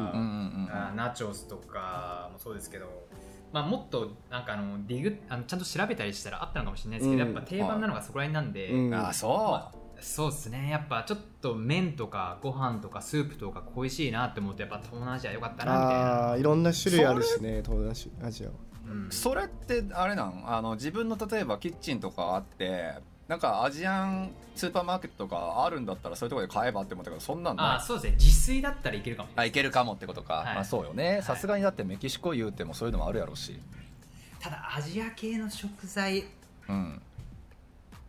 Speaker 2: ん
Speaker 3: あーナチョスとかもそうですけど、まあ、もっとなんかあのディグあのちゃんと調べたりしたらあったのかもしれないですけど、
Speaker 1: うん
Speaker 3: やっぱ定番なのがそこら辺なんで、
Speaker 1: うん
Speaker 2: うんあそ
Speaker 3: そうですねやっぱちょっと麺とかご飯とかスープとか恋しいなって思ってやっぱ東南アジア良かったなみたいな、
Speaker 1: あーいろんな種類あるしね東南アジアは
Speaker 3: うん
Speaker 2: うそれってあれなんあの自分の例えばキッチンとかあってなんかアジアンスーパーマーケットとかあるんだったらそういうところで買えばって思ったけどそんなん
Speaker 3: あ
Speaker 2: な
Speaker 3: ー
Speaker 2: い
Speaker 3: そうですね自炊だったらいけるかもしれ
Speaker 2: あ
Speaker 3: ない
Speaker 2: いけるかもってことか、
Speaker 3: はい
Speaker 2: まあそうよねさすがにだってメキシコ言うてもそういうのもあるやろうし、
Speaker 3: ただアジア系の食材っ
Speaker 2: うん、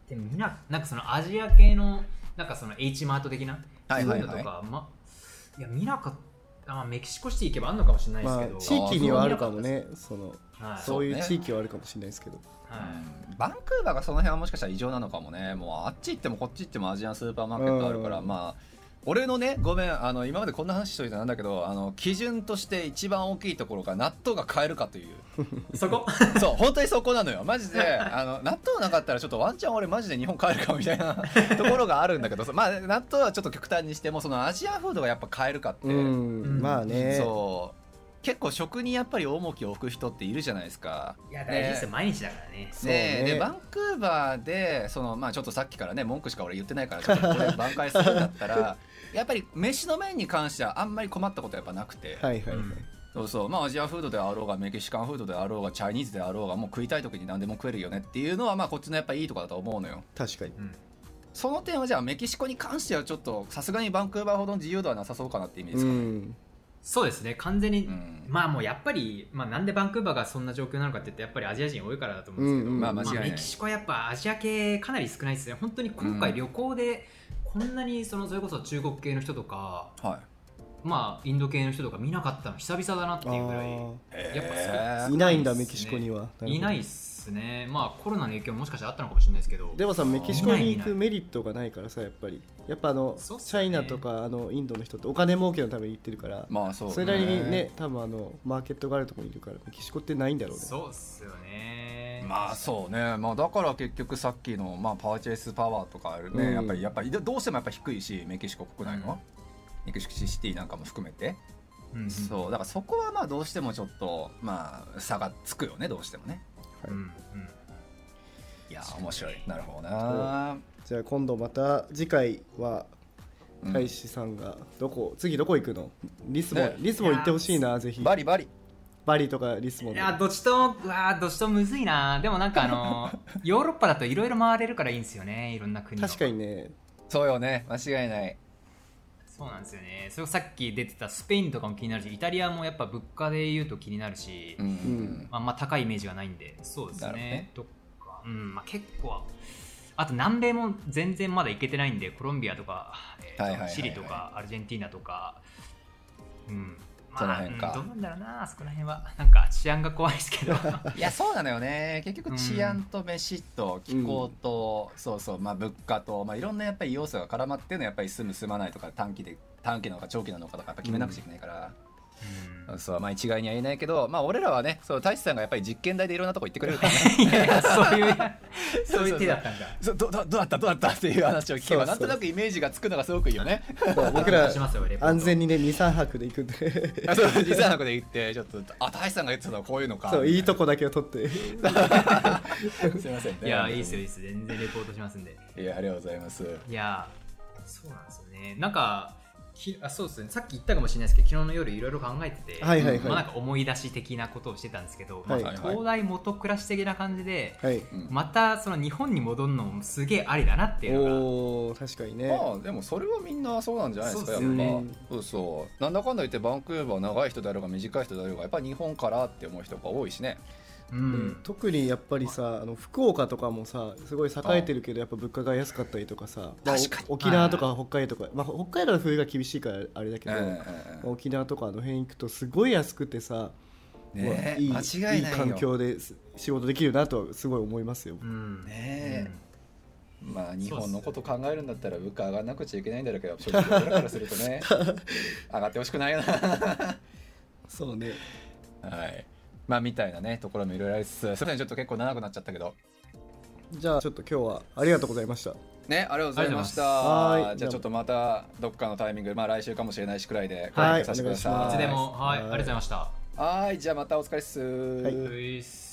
Speaker 3: てみんななんかそのアジア系のなんかその H マート的な
Speaker 2: は
Speaker 3: そう
Speaker 2: い
Speaker 3: い
Speaker 2: はいうはい
Speaker 3: のとか、ま、いや見なかったあメキシコシティ行けばあるのかもしれないです
Speaker 1: ま
Speaker 3: け
Speaker 1: あ
Speaker 3: ど、
Speaker 1: 地域にはあるかもねその
Speaker 3: はい、
Speaker 2: う
Speaker 1: そうい
Speaker 2: そう
Speaker 1: う
Speaker 2: ね
Speaker 1: 地域はあるかもしれないですけど
Speaker 3: はい
Speaker 2: うんバンクーバーがその辺はもしかしたら異常なのかもねもうあっち行ってもこっち行ってもアジアンスーパーマーケットあるから、
Speaker 1: うん
Speaker 2: まあ俺のねごめんあの今までこんな話しといてなんだけどあの基準として一番大きいところが納豆が買えるかという
Speaker 3: そこ
Speaker 2: そう本当にそこなの よマジであの納豆なかったらちょっとワンチャン俺マジで日本買えるかみたい なところがあるんだけどそうまあ納豆はちょっと極端にしてもそのアジアフードがやっぱ買えるかって、
Speaker 1: うんまあね
Speaker 2: そう結構食にやっぱり重きを置く人っているじゃないですか。
Speaker 3: いや大事ですよ、
Speaker 2: ね
Speaker 3: 毎日だからね
Speaker 1: そう
Speaker 2: ね
Speaker 1: ね
Speaker 2: でバンクーバーでその、まあ、ちょっとさっきからね文句しか俺言ってないからちょっとこれ挽回するんだった らやっぱり飯の面に関してはあんまり困ったことはやっぱなくて、
Speaker 1: はいはいはい
Speaker 3: うん
Speaker 2: そうそうまあアジアフードであろうがメキシカンフードであろうがチャイニーズであろうがもう食いたい時に何でも食えるよねっていうのはまあこっちのやっぱいいとこだと思うのよ
Speaker 1: 確かに
Speaker 3: うん
Speaker 2: その点はじゃあメキシコに関してはちょっとさすがにバンクーバーほどの自由度はなさそうかなって意味です
Speaker 1: う
Speaker 2: か、
Speaker 1: ん
Speaker 3: そうですね完全に、
Speaker 2: うん
Speaker 3: まあもうやっぱり、まあ、なんでバンクーバーがそんな状況なのかって言ってやっぱりアジア人多いからだと思うんですけど、
Speaker 1: うんうんまあ
Speaker 2: 間違いない
Speaker 3: メキシコはやっぱアジア系かなり少ないですね本当に今
Speaker 2: う
Speaker 3: 回
Speaker 2: ん
Speaker 3: 旅行でこんなにそのそれこそ中国系の人とか、
Speaker 2: はい
Speaker 3: まあインド系の人とか見なかったの久々だなっていうぐらい
Speaker 1: あ
Speaker 3: やっぱすごい
Speaker 2: へ
Speaker 1: ー
Speaker 2: ー
Speaker 1: いないんだメキシコにはるほど
Speaker 3: いないっすねまあコロナの影響ももしかしたらあったのかもしれないですけど
Speaker 1: でもさメキシコに行
Speaker 3: いないいな
Speaker 1: く
Speaker 3: い
Speaker 1: メリットがないからさやっぱりやっぱあのチ
Speaker 3: そうっす
Speaker 1: ャ
Speaker 3: ね
Speaker 1: イナとかあのインドの人ってお金儲けのために行ってるから
Speaker 2: まあそうね
Speaker 1: それなりにね多分あのマーケットがあるところにいるからメキシコってないんだろうね
Speaker 3: そうっすよね
Speaker 2: まあそうね、まあ、だから結局さっきの、まあ、パーチェイスパワーとかあるね、
Speaker 1: うん
Speaker 2: やっぱりやっぱりどうしてもやっぱ低いしメキシコ国内の、メキシコシティなんかも含めて、
Speaker 3: うんうん
Speaker 2: そうだからそこはまあどうしてもちょっとまあ差がつくよねどうしてもね
Speaker 3: うんうん
Speaker 2: いやー面白いなるほどな
Speaker 1: じゃあ今度また次回は
Speaker 2: うん
Speaker 1: 大志さんがどこ次どこ行くのリスボン、
Speaker 2: ね
Speaker 1: リスボン行ってほしいなぜひ
Speaker 2: バリバリ
Speaker 1: バリとかリスボン
Speaker 3: い
Speaker 1: で
Speaker 3: やどっちともうわーどっちともむずいなでもなんか あのヨーロッパだといろいろ回れるからいいんですよねいろんな国の
Speaker 1: 確かにね
Speaker 2: そうよね間違いない
Speaker 3: そうなんですよねそれこそさっき出てたスペインとかも気になるしイタリアもやっぱ物価で言うと気になるし、
Speaker 2: うん、
Speaker 1: ん
Speaker 3: あんま高いイメージがないんでそうです
Speaker 2: な
Speaker 3: ね
Speaker 2: るほどね
Speaker 3: どっかうんまあ結構あと南米も全然まだ行けてないんでコロンビアとか、えーと
Speaker 2: はいはいはいはい
Speaker 3: チリとかアルゼンティーナとかうんまあ
Speaker 2: その辺か
Speaker 3: うんどうなんだろうなあそこら辺はなんか治安が怖いです けど
Speaker 2: いやそうなのよね結局治安と飯と気候と、そうそうまあ物価と、まあ、いろんなやっぱり要素が絡まってのやっぱり住む住まないとか短期で短期なのか長期なのかとかやっぱ決めなくちゃいけないから、
Speaker 3: うん
Speaker 2: そうまあ一概には言えないけどまあ俺らはねそう大志さんがやっぱり実験台でいろんなとこ行ってくれるからね
Speaker 3: いやいやそ ういうそ
Speaker 2: そ
Speaker 3: う
Speaker 2: う
Speaker 3: い
Speaker 2: そう
Speaker 3: う手だったんだ
Speaker 2: そうどどどうだったどうだったっていう話を聞けば
Speaker 1: そ
Speaker 2: な
Speaker 1: うそうん
Speaker 2: となくイメージがつくのがすごくいいよね
Speaker 1: まあ僕ら
Speaker 3: しますよレポート
Speaker 1: 安全にね23泊で行くんで
Speaker 2: あそう実際のことで言ってちょっとあ大志さんが言ってたのはこういうのか
Speaker 1: そういいと
Speaker 2: こ
Speaker 1: こだけを取って
Speaker 2: すいませんね
Speaker 3: いやいいですよいいです全然レポートしますんで
Speaker 2: いやありがとうございます
Speaker 3: いやそうなんですよねなんかきあそうですねさっき言ったかもしれないですけど昨日の夜いろいろ考えてて、
Speaker 1: はいはいはい
Speaker 3: まあ、なんか思い出し的なことをしてたんですけど、
Speaker 1: はい
Speaker 3: まあ、東大元暮らし的な感じで、
Speaker 1: はい
Speaker 3: またその日本に戻るのもすげえありだなっていうのが
Speaker 1: おお確かにね、
Speaker 2: まあでもそれはみんなそうなんじゃないですかやっ
Speaker 3: そう
Speaker 1: っすよ
Speaker 2: ぱ
Speaker 1: ね
Speaker 2: そうそうなんだかんだ言ってバンクーバー長い人であろうが短い人であろうがやっぱ日本からって思う人が多いしね
Speaker 3: う
Speaker 1: うん
Speaker 3: ん
Speaker 1: 特にやっぱりさあの福岡とかもさすごい栄えてるけどやっぱ物価が安かったりとかさ、まあ
Speaker 2: 確かに
Speaker 1: お沖縄とか北海道とか、まあ、北海道の冬が厳しいからあれだけど、
Speaker 2: うん
Speaker 1: まあ沖縄とかあの辺行くとすごい安くてさ、まあいい
Speaker 2: 間違いないよ
Speaker 1: 環境です仕事できるなとはすごい思いますよ、
Speaker 3: うん
Speaker 2: ねえまあ日本のこと考えるんだったら物価上がらなくちゃいけないんだろうけど正直俺らからすると ね上がってほしくないよな
Speaker 1: そうね
Speaker 2: はいまあみたいなねところもいろいろありつつすみませんちょっと結構長くなっちゃったけど
Speaker 1: じゃあちょっと今日はありがとうございました
Speaker 2: ねありがとうございました
Speaker 1: ありがとうございますはい
Speaker 2: じゃあちょっとまたどっかのタイミングまあ来週かもしれないしくらいで
Speaker 1: はい
Speaker 2: させてください
Speaker 1: お願し
Speaker 3: い
Speaker 1: ます
Speaker 3: つでもはい
Speaker 1: はい
Speaker 3: ありがとうございました
Speaker 2: はいじゃあまたお疲れっす、
Speaker 1: い
Speaker 3: ウイス